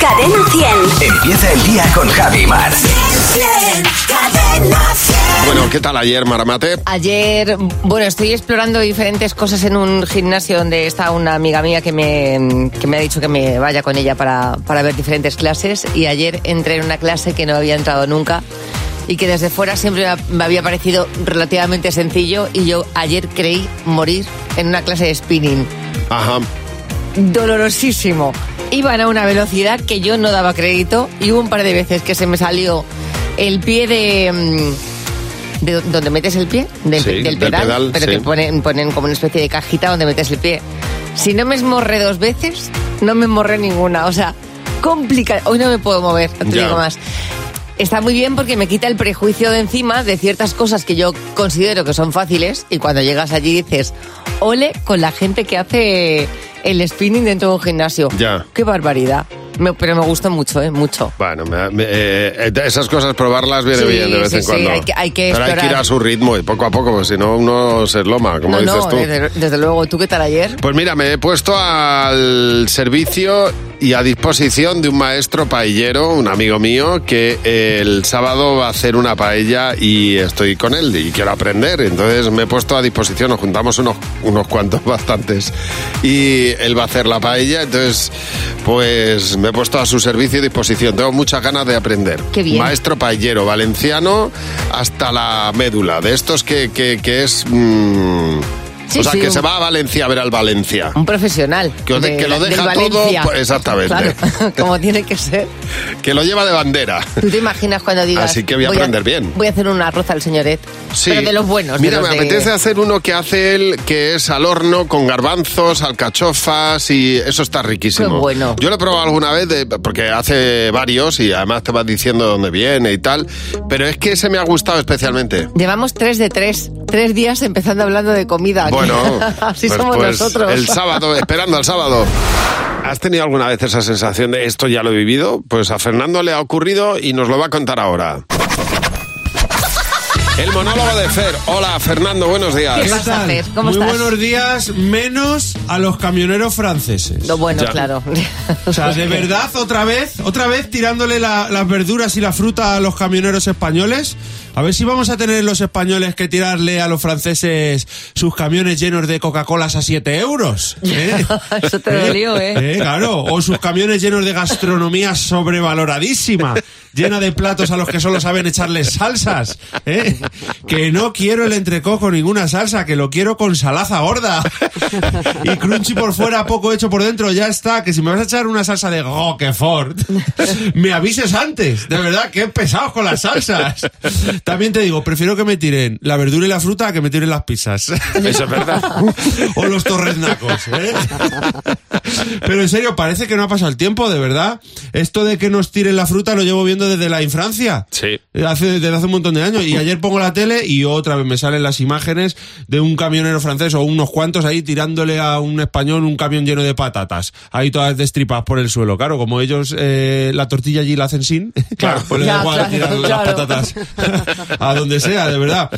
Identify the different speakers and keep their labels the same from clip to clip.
Speaker 1: Cadena 100.
Speaker 2: Empieza el día con Javi Mar.
Speaker 1: Cadena 100.
Speaker 3: Bueno, ¿qué tal ayer, Maramate?
Speaker 4: Ayer, bueno, estoy explorando diferentes cosas en un gimnasio donde está una amiga mía que me, que me ha dicho que me vaya con ella para, para ver diferentes clases y ayer entré en una clase que no había entrado nunca y que desde fuera siempre me ha- me había parecido relativamente sencillo y yo ayer creí morir en una clase de spinning.
Speaker 3: Ajá.
Speaker 4: Dolorosísimo. Iban a una velocidad que yo no daba crédito y hubo un par de veces que se me salió el pie de... mm, de donde metes el pie, del,
Speaker 3: Sí,
Speaker 4: del
Speaker 3: del
Speaker 4: pedal,
Speaker 3: pedal,
Speaker 4: pero
Speaker 3: sí.
Speaker 4: que ponen, ponen como una especie de cajita donde metes el pie. Si no me esmorré dos veces, no me morré ninguna. O sea, complicado. Hoy no me puedo mover, no te
Speaker 3: Ya.
Speaker 4: digo más. Está muy bien porque me quita el prejuicio de encima de ciertas cosas que yo considero que son fáciles y cuando llegas allí dices, ole con la gente que hace el spinning dentro de un gimnasio.
Speaker 3: Ya.
Speaker 4: Qué barbaridad. Me- pero me gusta mucho, ¿eh? Mucho.
Speaker 3: Bueno, me- me- eh, esas cosas probarlas viene
Speaker 4: Sí,
Speaker 3: bien de vez
Speaker 4: sí,
Speaker 3: en
Speaker 4: sí,
Speaker 3: cuando.
Speaker 4: hay que- hay que
Speaker 3: Pero hay que ir
Speaker 4: explorar.
Speaker 3: a su ritmo y poco a poco, porque si no uno se esloma,
Speaker 4: no,
Speaker 3: como dices
Speaker 4: no,
Speaker 3: tú.
Speaker 4: Desde, desde luego. ¿Tú qué tal ayer?
Speaker 3: Pues mira, me he puesto al servicio y a disposición de un maestro paellero, un amigo mío, que eh, el sábado va a hacer una paella y estoy con él y quiero aprender. Entonces me he puesto a disposición, nos juntamos unos, unos cuantos bastantes y él va a hacer la paella. Entonces, pues me he puesto a su servicio y disposición. Tengo muchas ganas de aprender.
Speaker 4: Qué bien.
Speaker 3: Maestro paellero valenciano hasta la médula. De estos que, que- que es... mm,
Speaker 4: Sí,
Speaker 3: o sea,
Speaker 4: sí,
Speaker 3: que
Speaker 4: un-
Speaker 3: se va a Valencia a ver al Valencia.
Speaker 4: Un profesional.
Speaker 3: Que lo de-
Speaker 4: de-
Speaker 3: que lo
Speaker 4: del
Speaker 3: deja todo,
Speaker 4: Valencia.
Speaker 3: pues, exactamente.
Speaker 4: Claro, como tiene que ser.
Speaker 3: Que lo lleva de bandera.
Speaker 4: ¿Tú te imaginas cuando digas...
Speaker 3: Así que voy a aprender bien.
Speaker 4: Voy a hacer un arroz al señoret.
Speaker 3: Sí.
Speaker 4: Pero de los buenos. de
Speaker 3: Mira,
Speaker 4: los
Speaker 3: me
Speaker 4: de-
Speaker 3: apetece hacer uno que hace él, que es al horno con garbanzos, alcachofas y eso está riquísimo.
Speaker 4: Qué bueno.
Speaker 3: Yo lo he probado alguna vez de- porque hace varios y además te vas diciendo dónde viene y tal, pero es que ese me ha gustado especialmente.
Speaker 4: Llevamos tres de tres. Tres días empezando hablando de comida.
Speaker 3: Bueno,
Speaker 4: Así
Speaker 3: pues-
Speaker 4: somos
Speaker 3: pues
Speaker 4: nosotros.
Speaker 3: El sábado, esperando al sábado. ¿Has tenido alguna vez esa sensación de esto ya lo he vivido? Pues a Fernando le ha ocurrido y nos lo va a contar ahora. El monólogo de Fer. Hola, Fernando, buenos
Speaker 4: ¿Qué
Speaker 3: días.
Speaker 4: pasa, Fer? ¿Cómo
Speaker 5: Muy
Speaker 4: estás?
Speaker 5: buenos días, menos a los camioneros franceses.
Speaker 4: Lo bueno,
Speaker 3: Ya.
Speaker 4: claro.
Speaker 5: O sea, de verdad, otra vez, otra vez tirándole la- las verduras y la fruta a los camioneros españoles. A ver si vamos a tener los españoles que tirarle a los franceses sus camiones llenos de Coca-Colas a 7 euros. ¿eh?
Speaker 4: Eso te dolió, ¿eh?
Speaker 5: Eh, Claro, o sus camiones llenos de gastronomía sobrevaloradísima, llena de platos a los que solo saben echarles salsas. ¿eh? Que no quiero el entrecó con ninguna salsa, que lo quiero con salaza gorda. Y crunchy por fuera, poco hecho por dentro, ya está. Que si me vas a echar una salsa de Roquefort, me avises antes. De verdad, que pesados con las salsas. También te digo, prefiero que me tiren la verdura y la fruta a que me tiren las pizzas.
Speaker 3: Eso es verdad.
Speaker 5: O los
Speaker 3: Pues,
Speaker 5: torreznacos, ¿eh? Pero en serio, parece que no ha pasado el tiempo, de verdad. Esto de que nos tiren la fruta lo llevo viendo desde la infancia. Eh,
Speaker 3: Sí.
Speaker 5: Hace, desde hace un montón de años. Y ayer pongo la tele y otra vez me salen las imágenes de un camionero francés o unos cuantos ahí tirándole a un español un camión lleno de patatas. Ahí todas destripadas por el suelo. Claro, como ellos eh, la tortilla allí la hacen sin, claro, pues les
Speaker 4: Ya,
Speaker 5: da igual
Speaker 4: claro,
Speaker 5: tirar
Speaker 4: claro.
Speaker 5: las patatas a donde sea, de verdad.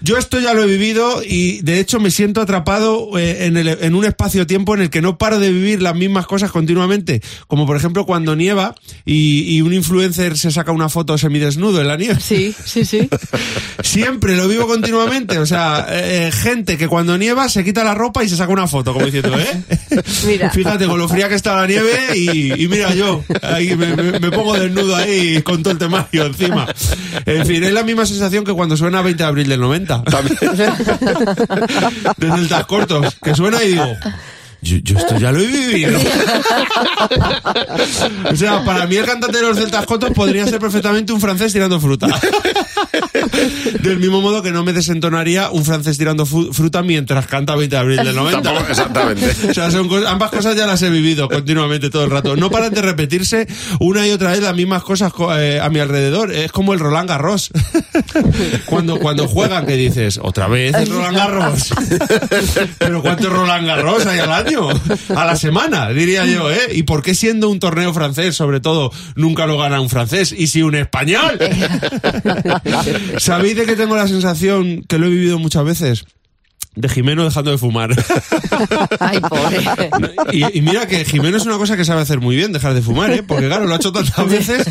Speaker 5: Yo esto ya lo he vivido y de hecho me siento atrapado eh, en, el- en un espacio-tiempo en el que no paro de vivir las mismas cosas continuamente. Como por ejemplo cuando nieva y, y un influencer se saca una foto semidesnudo en la nieve.
Speaker 4: Sí, sí, sí.
Speaker 5: Siempre lo vivo continuamente. O sea, eh, eh, gente que cuando nieva se quita la ropa y se saca una foto, como diciendo, ¿eh?
Speaker 4: Mira.
Speaker 5: Fíjate con lo fría que está la nieve y, y mira yo, ahí me, me- me pongo desnudo ahí con todo el temario encima. En fin, es la misma sensación que cuando suena 20 de abril del 90. Desde el tas cortos, que suena y digo... Yo, yo esto ya lo he vivido. o sea, para mí el cantante de los Deltas Cotos podría ser perfectamente un francés tirando fruta. Del mismo modo que no me desentonaría un francés tirando fu- fruta mientras canta 20 de abril del 90.
Speaker 3: Tampoco exactamente.
Speaker 5: O sea, son cos- ambas cosas ya las he vivido continuamente todo el rato. No paran de repetirse una y otra vez las mismas cosas co- eh, a mi alrededor. Es como el Roland Garros. cuando, cuando juegan, que dices, otra vez el Roland Garros. Pero ¿cuántos Roland Garros hay al año? A la semana, diría yo, ¿eh? ¿Y por qué siendo un torneo francés, sobre todo, nunca lo gana un francés? ¿Y si un español? ¿Sabéis de que tengo la sensación que lo he vivido muchas veces? de Jimeno dejando de fumar.
Speaker 4: Ay, pobre.
Speaker 5: Y, y mira que Jimeno es una cosa que sabe hacer muy bien, dejar de fumar, ¿eh? Porque claro, lo ha hecho tantas veces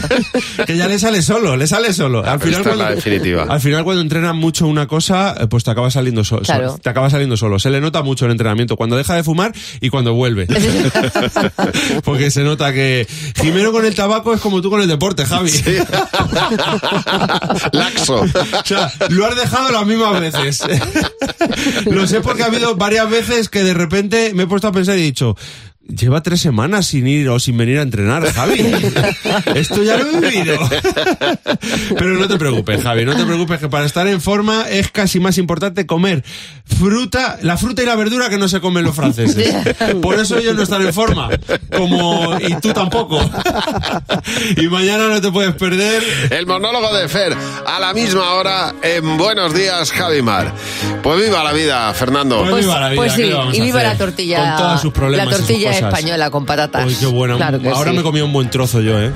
Speaker 5: que ya le sale solo, le sale solo. Al
Speaker 3: pero
Speaker 5: final,
Speaker 3: esta es la
Speaker 5: cuando,
Speaker 3: definitiva.
Speaker 5: al final cuando entrenas mucho una cosa, eh, pues te acaba saliendo solo.
Speaker 4: Claro.
Speaker 5: Te acaba saliendo solo. Se le nota mucho el entrenamiento cuando deja de fumar y cuando vuelve. Porque se nota que Jimeno con el tabaco es como tú con el deporte, Javi.
Speaker 3: Laxo.
Speaker 5: O sea, lo has dejado las mismas veces. lo sé porque ha habido varias veces que de repente me he puesto a pensar y he dicho, lleva tres semanas sin ir o sin venir a entrenar, Javi. Esto ya lo he vivido. Pero no te preocupes, Javi, no te preocupes que para estar en forma es casi más importante comer fruta, la fruta y la verdura que no se comen los franceses. Por eso ellos no están en forma, como y tú tampoco. Y mañana no te puedes perder
Speaker 3: El monólogo de Fer, a la misma hora en Buenos Días, Javimar. Pues viva la vida, Fernando.
Speaker 5: Pues viva la vida,
Speaker 4: pues
Speaker 5: ¿qué
Speaker 4: sí,
Speaker 5: le vamos
Speaker 4: y
Speaker 5: a
Speaker 4: viva
Speaker 5: hacer?
Speaker 4: la tortilla.
Speaker 5: Con todos sus problemas y
Speaker 4: la
Speaker 5: sus
Speaker 4: tortilla
Speaker 5: cosas.
Speaker 4: española con patatas.
Speaker 5: Uy, qué buena.
Speaker 4: Claro que
Speaker 5: Ahora
Speaker 4: sí.
Speaker 5: me comí un buen trozo yo, ¿eh?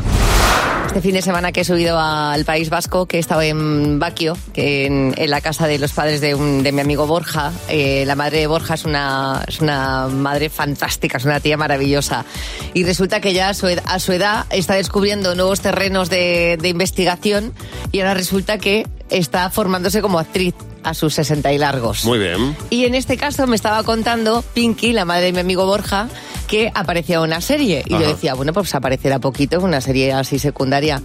Speaker 4: Este fin de semana que he subido al País Vasco, que he estado en Baquio, que en, en la casa de los padres de, un- de mi amigo Borja. Eh, la madre de Borja es una, es una madre fantástica, es una tía maravillosa. Y resulta que ya a su, ed- a su edad está descubriendo nuevos terrenos de, de investigación y ahora resulta que está formándose como actriz a sus 60 y largos.
Speaker 3: Muy bien.
Speaker 4: Y en este caso me estaba contando Pinky, la madre de mi amigo Borja, que aparecía una serie. Y
Speaker 3: Ajá.
Speaker 4: yo decía, bueno, pues aparecerá poquito, una serie así secundaria.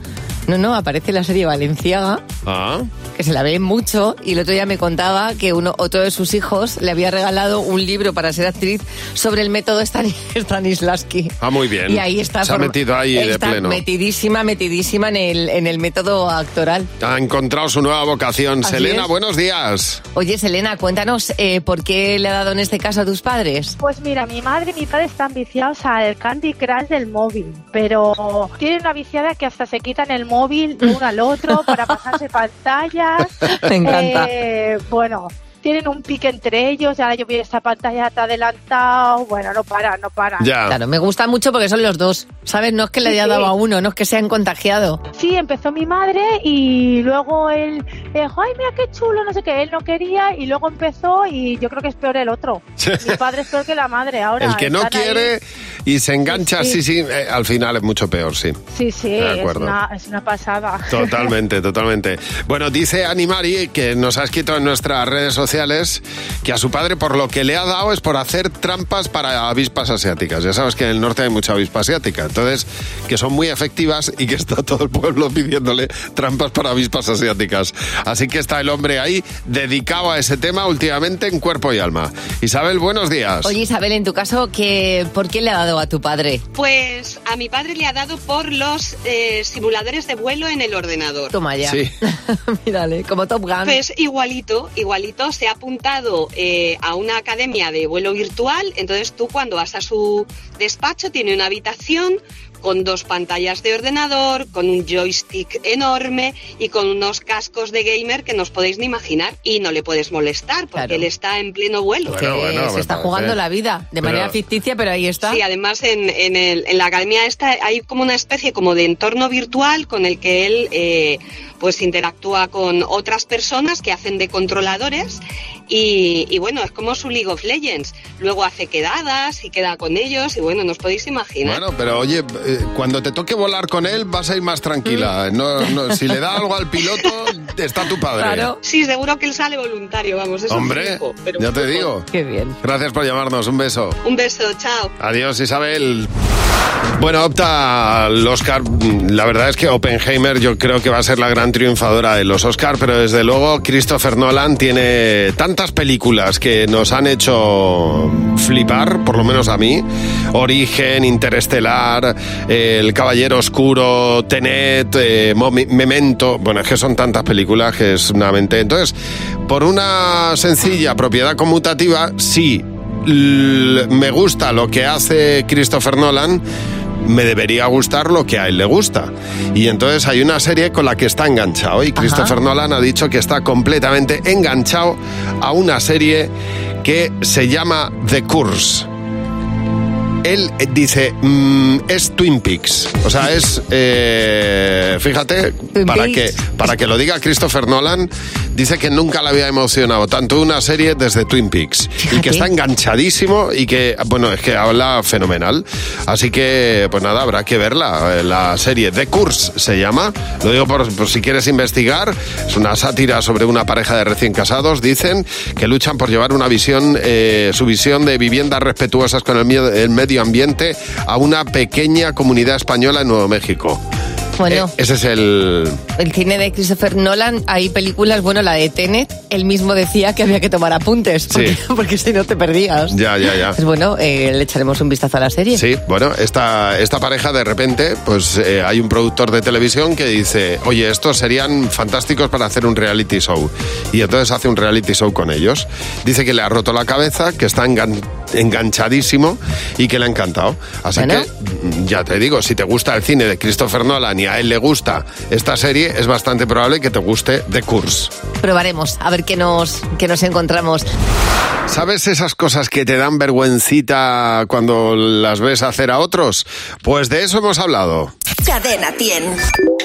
Speaker 4: No, no, aparece la serie Valenciaga,
Speaker 3: Ah,
Speaker 4: que se la ve mucho. Y el otro día me contaba que uno, otro de sus hijos le había regalado un libro para ser actriz sobre el método Stan- Stanislavski.
Speaker 3: ah, muy bien.
Speaker 4: Y ahí está.
Speaker 3: Se ha
Speaker 4: forma-
Speaker 3: metido ahí de
Speaker 4: está
Speaker 3: pleno.
Speaker 4: metidísima, metidísima en el, en el método actoral.
Speaker 3: Ha encontrado su nueva vocación.
Speaker 4: Así
Speaker 3: Selena,
Speaker 4: es.
Speaker 3: buenos días.
Speaker 4: Oye, Selena, cuéntanos, eh, ¿por qué le ha dado en este caso a tus padres?
Speaker 1: Pues mira, mi madre y mi padre están viciados al Candy Crush del móvil, pero tienen una viciada que hasta se quitan el móvil de uno al otro para pasarse pantallas.
Speaker 4: Me encanta.
Speaker 1: Eh, bueno, tienen un pique entre ellos, ahora yo vi esta pantalla te ha adelantado, bueno, no paran, no paran.
Speaker 3: Ya.
Speaker 4: Claro, me gusta mucho porque son los dos. ¿Sabes? No es que le
Speaker 1: Sí,
Speaker 4: haya
Speaker 1: sí.
Speaker 4: dado a uno, no es que se han contagiado.
Speaker 1: Sí, empezó mi madre y luego él dijo, ay, mira qué chulo, no sé qué, él no quería y luego empezó y yo creo que es peor el otro. Mi padre es peor que la madre ahora.
Speaker 3: El que no
Speaker 1: Están ahí-
Speaker 3: quiere y se engancha, sí,
Speaker 1: Sí,
Speaker 3: sí, eh, al final es mucho peor, sí.
Speaker 1: Sí, sí,
Speaker 3: De
Speaker 1: es
Speaker 3: acuerdo.
Speaker 1: una, es una pasada.
Speaker 3: Totalmente, totalmente. Bueno, dice Animari, que nos ha escrito en nuestras redes sociales, que a su padre por lo que le ha dado es por hacer trampas para avispas asiáticas. Ya sabes que en el norte hay mucha avispa asiática, entonces que son muy efectivas y que está todo el pueblo pidiéndole trampas para avispas asiáticas. Así que está el hombre ahí dedicado a ese tema últimamente en cuerpo y alma. Isabel, buenos días.
Speaker 4: Oye, Isabel, en tu caso, ¿qué, ¿por qué le ha dado a tu padre?
Speaker 6: Pues a mi padre le ha dado por los eh, simuladores de vuelo en el ordenador.
Speaker 4: Toma ya.
Speaker 3: Sí.
Speaker 4: Mírale, como Top Gun.
Speaker 6: Pues igualito, igualito, se ha apuntado eh, a una academia de vuelo virtual, entonces tú cuando vas a su despacho tiene una habitación con dos pantallas de ordenador, con un joystick enorme y con unos cascos de gamer que no os podéis ni imaginar y no le puedes molestar porque
Speaker 4: Claro.
Speaker 6: él está en pleno vuelo.
Speaker 4: que
Speaker 3: Bueno, bueno,
Speaker 4: se
Speaker 3: me
Speaker 4: está
Speaker 3: parece.
Speaker 4: jugando la vida de
Speaker 3: Pero-
Speaker 4: manera ficticia, pero ahí está.
Speaker 6: Sí, además en, en el- en la academia esta hay como una especie como de entorno virtual con el que él eh, pues interactúa con otras personas que hacen de controladores y, y bueno, es como su League of Legends. Luego hace quedadas y queda con ellos y bueno, no os podéis imaginar.
Speaker 3: Bueno, pero oye, eh, cuando te toque volar con él vas a ir más tranquila.
Speaker 4: Mm.
Speaker 3: No, no, si le da algo al piloto, está tu padre.
Speaker 4: Claro.
Speaker 6: Sí, seguro que él sale voluntario, vamos, eso
Speaker 3: Hombre,
Speaker 6: fijo, pero
Speaker 3: ya te
Speaker 6: fijo.
Speaker 3: digo.
Speaker 4: Qué bien.
Speaker 3: Gracias por llamarnos, un beso.
Speaker 6: Un beso, chao.
Speaker 3: Adiós, Isabel. Bueno, opta al Oscar. La verdad es que Oppenheimer yo creo que va a ser la gran triunfadora de los Oscar, pero desde luego Christopher Nolan tiene tantas películas que nos han hecho flipar, por lo menos a mí. Origen, Interestelar, eh, El Caballero Oscuro, Tenet, eh, Momi- Memento. Bueno, es que son tantas películas que es una mente. Entonces, por una sencilla propiedad conmutativa, sí, l- me gusta lo que hace Christopher Nolan, me debería gustar lo que a él le gusta. Y entonces hay una serie con la que está enganchado y Christopher Nolan ha dicho que está completamente enganchado a una serie que se llama The Curse. él eh, dice, mm, es Twin Peaks. O sea, es, eh, fíjate,
Speaker 4: Twin
Speaker 3: para
Speaker 4: Peaks.
Speaker 3: que, para que lo diga Christopher Nolan, dice que nunca le había emocionado tanto una serie desde Twin Peaks. Y que
Speaker 4: Fíjate.
Speaker 3: está enganchadísimo y que, bueno, es que habla fenomenal. Así que, pues nada, habrá que verla. Eh, La serie The Curse se llama. Lo digo por, por si quieres investigar. Es una sátira sobre una pareja de recién casados, dicen, que luchan por llevar una visión, eh, su visión de viviendas respetuosas con el, mie- el medio ambiente a una pequeña comunidad española en Nuevo México.
Speaker 4: Bueno.
Speaker 3: Eh, ese es el...
Speaker 4: El cine de Christopher Nolan, hay películas, bueno, la de Tenet, él mismo decía que había que tomar apuntes, porque, porque si no te perdías.
Speaker 3: Ya, ya, ya.
Speaker 4: Pues bueno, eh, le echaremos un vistazo a la serie.
Speaker 3: Sí, bueno, esta, esta pareja de repente, pues eh, hay un productor de televisión que dice, oye, estos serían fantásticos para hacer un reality show. Y entonces hace un reality show con ellos. Dice que le ha roto la cabeza, que está engan- enganchadísimo y que le ha encantado. Así
Speaker 4: Bueno.
Speaker 3: que, mm, ya te digo, si te gusta el cine de Christopher Nolan y a él le gusta esta serie, es bastante probable que te guste The Curse.
Speaker 4: Probaremos, a ver qué nos, qué nos encontramos.
Speaker 3: ¿Sabes esas cosas que te dan vergüencita cuando las ves hacer a otros? Pues de eso hemos hablado.
Speaker 7: Cadena 100.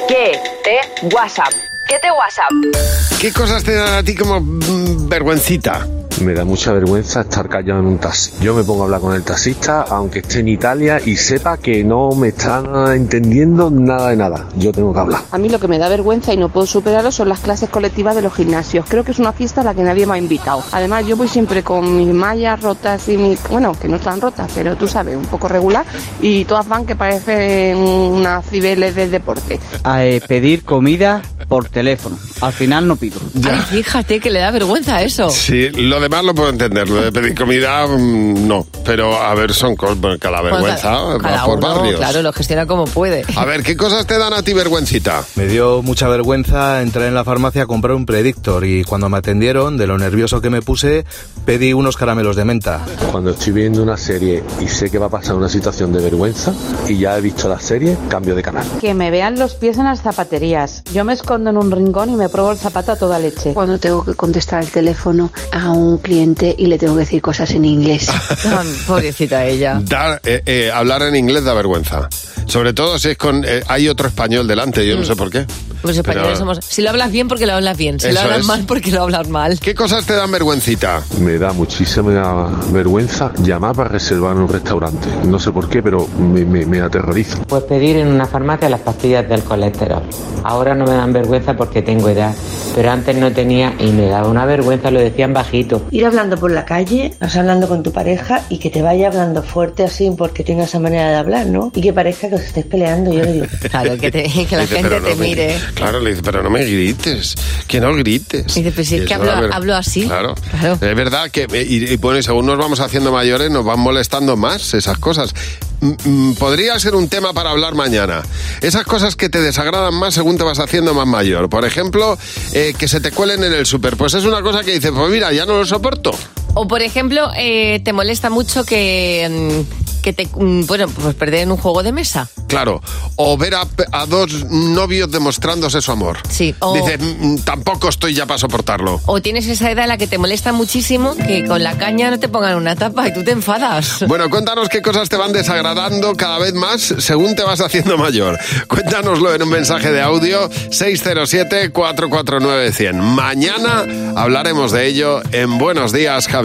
Speaker 8: ¿Qué te WhatsApp? ¿Qué te WhatsApp?
Speaker 3: ¿Qué cosas te dan a ti como mm, vergüencita?
Speaker 9: Me da mucha vergüenza estar callado en un taxi. Yo me pongo a hablar con el taxista, aunque esté en Italia y sepa que no me están entendiendo nada de nada. Yo tengo que hablar.
Speaker 10: A mí lo que me da vergüenza y no puedo superarlo son las clases colectivas de los gimnasios. Creo que es una fiesta a la que nadie me ha invitado. Además, yo voy siempre con mis mallas rotas y mis... Bueno, que no están rotas, pero tú sabes, un poco regular. Y todas van que parecen unas cibeles del deporte.
Speaker 11: a eh, pedir comida por teléfono. Al final no pido.
Speaker 4: Ay, fíjate que le da vergüenza eso.
Speaker 3: Sí, lo demás lo puedo entender, lo de pedir comida mm, no, pero a ver, son cosas bueno, que la vergüenza
Speaker 4: Bueno,
Speaker 3: va
Speaker 4: cada- cada
Speaker 3: por
Speaker 4: uno,
Speaker 3: barrios. Ah.
Speaker 4: Claro, lo gestiona como puede.
Speaker 3: A ver, ¿qué cosas te dan a ti vergüencita?
Speaker 12: Me dio mucha vergüenza entrar en la farmacia a comprar un predictor y cuando me atendieron, de lo nervioso que me puse, pedí unos caramelos de menta.
Speaker 9: Cuando estoy viendo una serie y sé que va a pasar una situación de vergüenza y ya he visto la serie, cambio de canal.
Speaker 13: Que me vean los pies en las zapaterías. Yo me escondo en un rincón y me pruebo el zapato a toda leche.
Speaker 14: Cuando tengo que contestar el teléfono a un cliente y le tengo que decir cosas en inglés.
Speaker 4: Ay, Pobrecita ella.
Speaker 3: Dar, eh, eh, hablar en inglés da vergüenza. Sobre todo si es con... eh, hay otro español delante,
Speaker 4: Mm.
Speaker 3: yo no sé por qué.
Speaker 4: Los españoles
Speaker 3: Pero-
Speaker 4: somos. Si lo hablas bien, porque lo hablas bien. Si
Speaker 3: Eso
Speaker 4: lo hablas
Speaker 3: es.
Speaker 4: mal, porque lo hablas mal.
Speaker 3: ¿Qué cosas te dan vergüencita?
Speaker 9: Me da muchísima vergüenza llamar para reservar en un restaurante. No sé por qué, pero me, me- me aterroriza.
Speaker 15: Pues pedir en una farmacia las pastillas del colesterol. Ahora no me dan vergüenza porque tengo edad, pero antes no tenía y me daba una vergüenza, lo decían bajito.
Speaker 16: Ir hablando por la calle, vas hablando con tu pareja y que te vaya hablando fuerte así porque tenga esa manera de hablar, ¿no? Y que parezca que os estáis peleando, yo lo digo.
Speaker 4: Claro, que, te- que la
Speaker 3: Dice,
Speaker 4: gente
Speaker 3: "Pero no
Speaker 4: te
Speaker 3: me-
Speaker 4: mire.
Speaker 3: claro, le dice, pero no me grites, que no grites.
Speaker 4: Dice, "Pero si es
Speaker 3: Y
Speaker 4: que
Speaker 3: eso da
Speaker 4: hablo-
Speaker 3: ver-
Speaker 4: hablo así".
Speaker 3: Claro.
Speaker 4: Claro.
Speaker 3: Es verdad que, eh, y, y bueno, y según nos vamos haciendo mayores, nos van molestando más esas cosas. Mm, mm, Podría ser un tema para hablar mañana. Esas cosas que te desagradan más según te vas haciendo más mayor. Por ejemplo, eh, que se te cuelen en el súper. Pues es una cosa que dices, pues mira, ya no lo soporto.
Speaker 4: O por ejemplo, eh, te molesta mucho que, mm, que te mm, bueno, pues perder en un juego de mesa.
Speaker 3: Claro. O ver a, a dos novios demostrándose su amor.
Speaker 4: Sí. O,
Speaker 3: Dices, "Mm, tampoco estoy ya para soportarlo.
Speaker 4: o tienes esa edad en la que te molesta muchísimo que con la caña no te pongan una tapa y tú te enfadas.
Speaker 3: Bueno, cuéntanos qué cosas te van desagradando cada vez más según te vas haciendo mayor. Cuéntanoslo en un mensaje de audio 607-449-100. Mañana hablaremos de ello en Buenos Días, Javimar.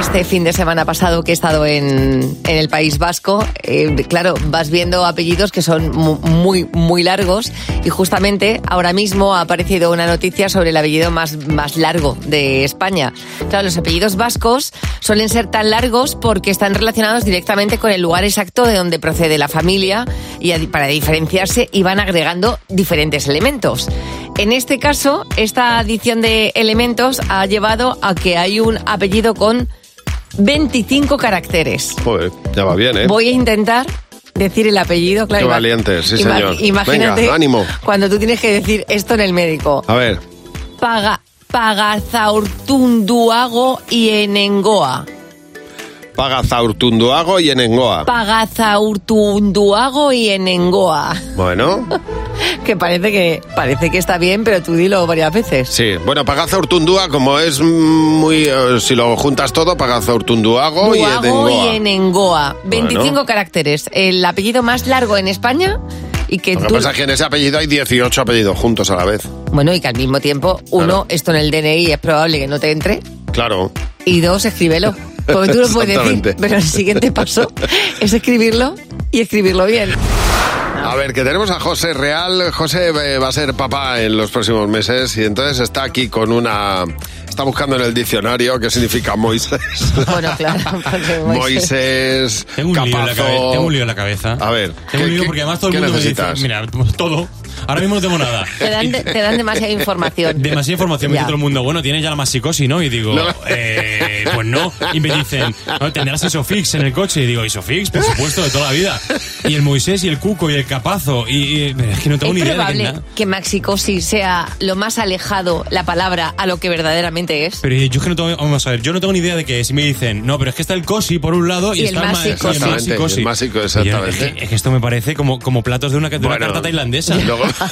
Speaker 4: Este fin de semana pasado que he estado en, en el País Vasco, eh, claro, vas viendo apellidos que son mu- muy, muy largos y justamente ahora mismo ha aparecido una noticia sobre el apellido más, más largo de España. Claro, los apellidos vascos suelen ser tan largos porque están relacionados directamente con el lugar exacto de donde procede la familia y a- para diferenciarse y van agregando diferentes elementos. En este caso, esta adición de elementos ha llevado a que hay un apellido con 25 caracteres.
Speaker 3: Joder, ya Pues, va bien, ¿eh?
Speaker 4: Voy a intentar decir el apellido, claro.
Speaker 3: Qué
Speaker 4: ima-
Speaker 3: valientes, sí,
Speaker 4: ima-
Speaker 3: señor.
Speaker 4: Imagínate
Speaker 3: Venga, ánimo.
Speaker 4: cuando tú tienes que decir esto en el médico.
Speaker 3: A ver,
Speaker 4: Paga, pagazaurtunduago y enengoa.
Speaker 3: Pagazaurtunduago y Enengoa.
Speaker 4: Pagazaurtunduago y enengoa.
Speaker 3: Bueno,
Speaker 4: que parece que parece que está bien, pero tú dilo varias veces.
Speaker 3: Sí, bueno, Pagaza Urtundúa, como es muy. eh, si lo juntas todo, Pagaza Urtunduago y
Speaker 4: Duago
Speaker 3: Edengoa.
Speaker 4: y Enengoa. 25 caracteres. El apellido más largo en España y que
Speaker 3: Lo que
Speaker 4: tú...
Speaker 3: pasa es que en ese apellido hay 18 apellidos juntos a la vez.
Speaker 4: Bueno, y que al mismo tiempo, uno, esto en el DNI es probable que no te entre.
Speaker 3: Claro.
Speaker 4: Y dos, escríbelo. Porque tú lo puedes decir,
Speaker 3: Exactamente.
Speaker 4: pero el siguiente paso es escribirlo y escribirlo bien.
Speaker 3: A ver, que tenemos a José Real. José eh, va a ser papá en los próximos meses y entonces está aquí con una... Está buscando en el diccionario qué significa Moisés.
Speaker 4: Bueno, claro, porque
Speaker 3: Moisés,
Speaker 7: Tengo un, lío en la
Speaker 3: capazo.
Speaker 7: cabe- tengo un lío en la cabeza.
Speaker 3: A ver,
Speaker 7: Tengo
Speaker 3: ¿qué-
Speaker 7: un lío
Speaker 3: qué-
Speaker 7: porque además todo el
Speaker 3: qué
Speaker 7: mundo
Speaker 3: necesitas?
Speaker 7: me dice, mira, todo. Ahora mismo no tengo nada.
Speaker 4: Te dan, de- te dan demasiada información.
Speaker 7: Demasiada información. Me
Speaker 4: Ya.
Speaker 7: dice todo el mundo, bueno, tienes ya la masicosis, ¿no? Y digo, eh, pues no. Y me dicen, no, tendrás Isofix en el coche. Y digo, Isofix, por supuesto, de toda la vida. Y el Moisés y el Cuco y el Capazo. Y, y- es que no tengo
Speaker 4: Es
Speaker 7: ni idea de qué
Speaker 4: probable
Speaker 7: nada.
Speaker 4: que maxicosis sea lo más alejado la palabra a lo que verdaderamente es.
Speaker 7: Pero eh, yo es que no tengo, vamos a ver, yo no tengo ni idea de qué es. Y me dicen, no, pero es que está el cosi por un lado y,
Speaker 4: Y el
Speaker 7: está ma-
Speaker 4: masicosi.
Speaker 7: sí,
Speaker 3: Exactamente,
Speaker 7: masicosi.
Speaker 3: el masico,
Speaker 7: Y yo,
Speaker 3: exactamente.
Speaker 7: es, que, es que esto me parece como, como platos de una, de una
Speaker 3: Bueno.
Speaker 7: carta tailandesa.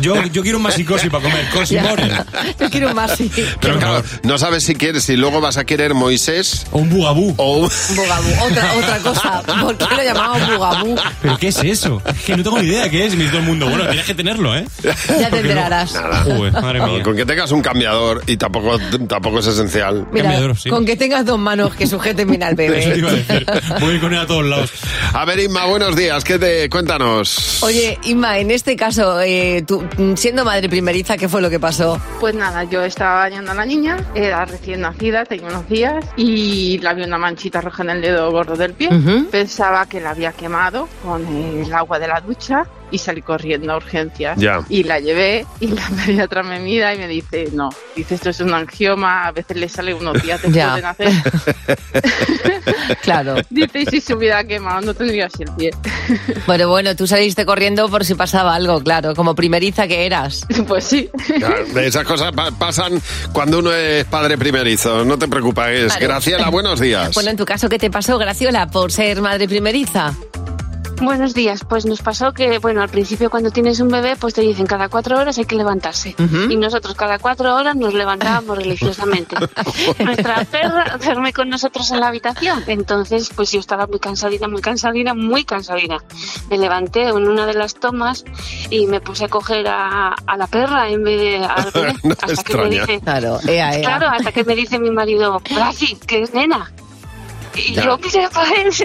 Speaker 7: yo, yo quiero un masicosi para comer, cosi
Speaker 4: Ya.
Speaker 7: more.
Speaker 4: Yo quiero más. sí.
Speaker 3: Pero claro, no sabes si quieres, si luego vas a querer Moisés...
Speaker 7: O un bugabú.
Speaker 3: O un...
Speaker 4: Bugabú. Otra, otra cosa. ¿Por qué lo llamamos bugabú?
Speaker 7: ¿Pero qué es eso? Es que no tengo ni idea de qué es. Y me dice todo el mundo, bueno, tienes que tenerlo, ¿eh?
Speaker 4: Ya te enterarás.
Speaker 3: Nada.
Speaker 7: Joder, madre mía.
Speaker 3: Con que tengas un cambiador y tampoco, tampoco es esencial.
Speaker 4: Mira, con que tengas dos manos que sujeten bien al
Speaker 3: Eso te iba a
Speaker 4: bebé.
Speaker 3: decir.
Speaker 7: Voy con él a todos lados.
Speaker 3: A ver, Inma, buenos días. ¿Qué te cuéntanos?
Speaker 4: Oye, Inma, en este caso, eh, tú, mm, siendo madre primeriza, ¿qué fue lo que pasó?
Speaker 17: Pues nada, yo estaba bañando a la niña, era recién nacida, tenía unos días, y la vi una manchita roja en el dedo gordo del pie.
Speaker 4: Ujú.
Speaker 17: Pensaba que la había quemado con el agua de la ducha y salí corriendo a urgencias.
Speaker 18: Ya.
Speaker 17: Y la llevé y la pediatra me mira y me dice, no, dice esto es un angioma, a veces le sale unos días después
Speaker 4: Ya.
Speaker 17: de nacer.
Speaker 4: Claro.
Speaker 17: Dice, y si se hubiera quemado no tendría así el pie.
Speaker 4: Bueno, bueno, tú saliste corriendo por si pasaba algo, claro, como primeriza que eras.
Speaker 17: Pues sí.
Speaker 3: Claro, Esas cosas pa- pasan cuando uno es padre primerizo. No te preocupes.
Speaker 4: Claro.
Speaker 3: Graciela, buenos días.
Speaker 4: Bueno, en tu caso, ¿qué te pasó, Graciola, por ser madre primeriza?
Speaker 18: Buenos días, pues nos pasó que, bueno, al principio cuando tienes un bebé, pues te dicen cada cuatro horas hay que levantarse.
Speaker 2: ¿Mm?
Speaker 4: Ujú.
Speaker 18: Y nosotros cada cuatro horas nos levantábamos religiosamente. Nuestra perra duerme con nosotros en la habitación. Entonces, pues yo estaba muy cansadita, muy cansadita, muy cansadita. Me levanté en una de las tomas y me puse a coger a, a la perra en vez de al bebé. hasta que me dice,
Speaker 4: Claro, ea, ea.
Speaker 18: Claro, hasta que me dice mi marido, Brazi, que es nena. Y
Speaker 4: Ya.
Speaker 18: yo, "¿Qué pasa?"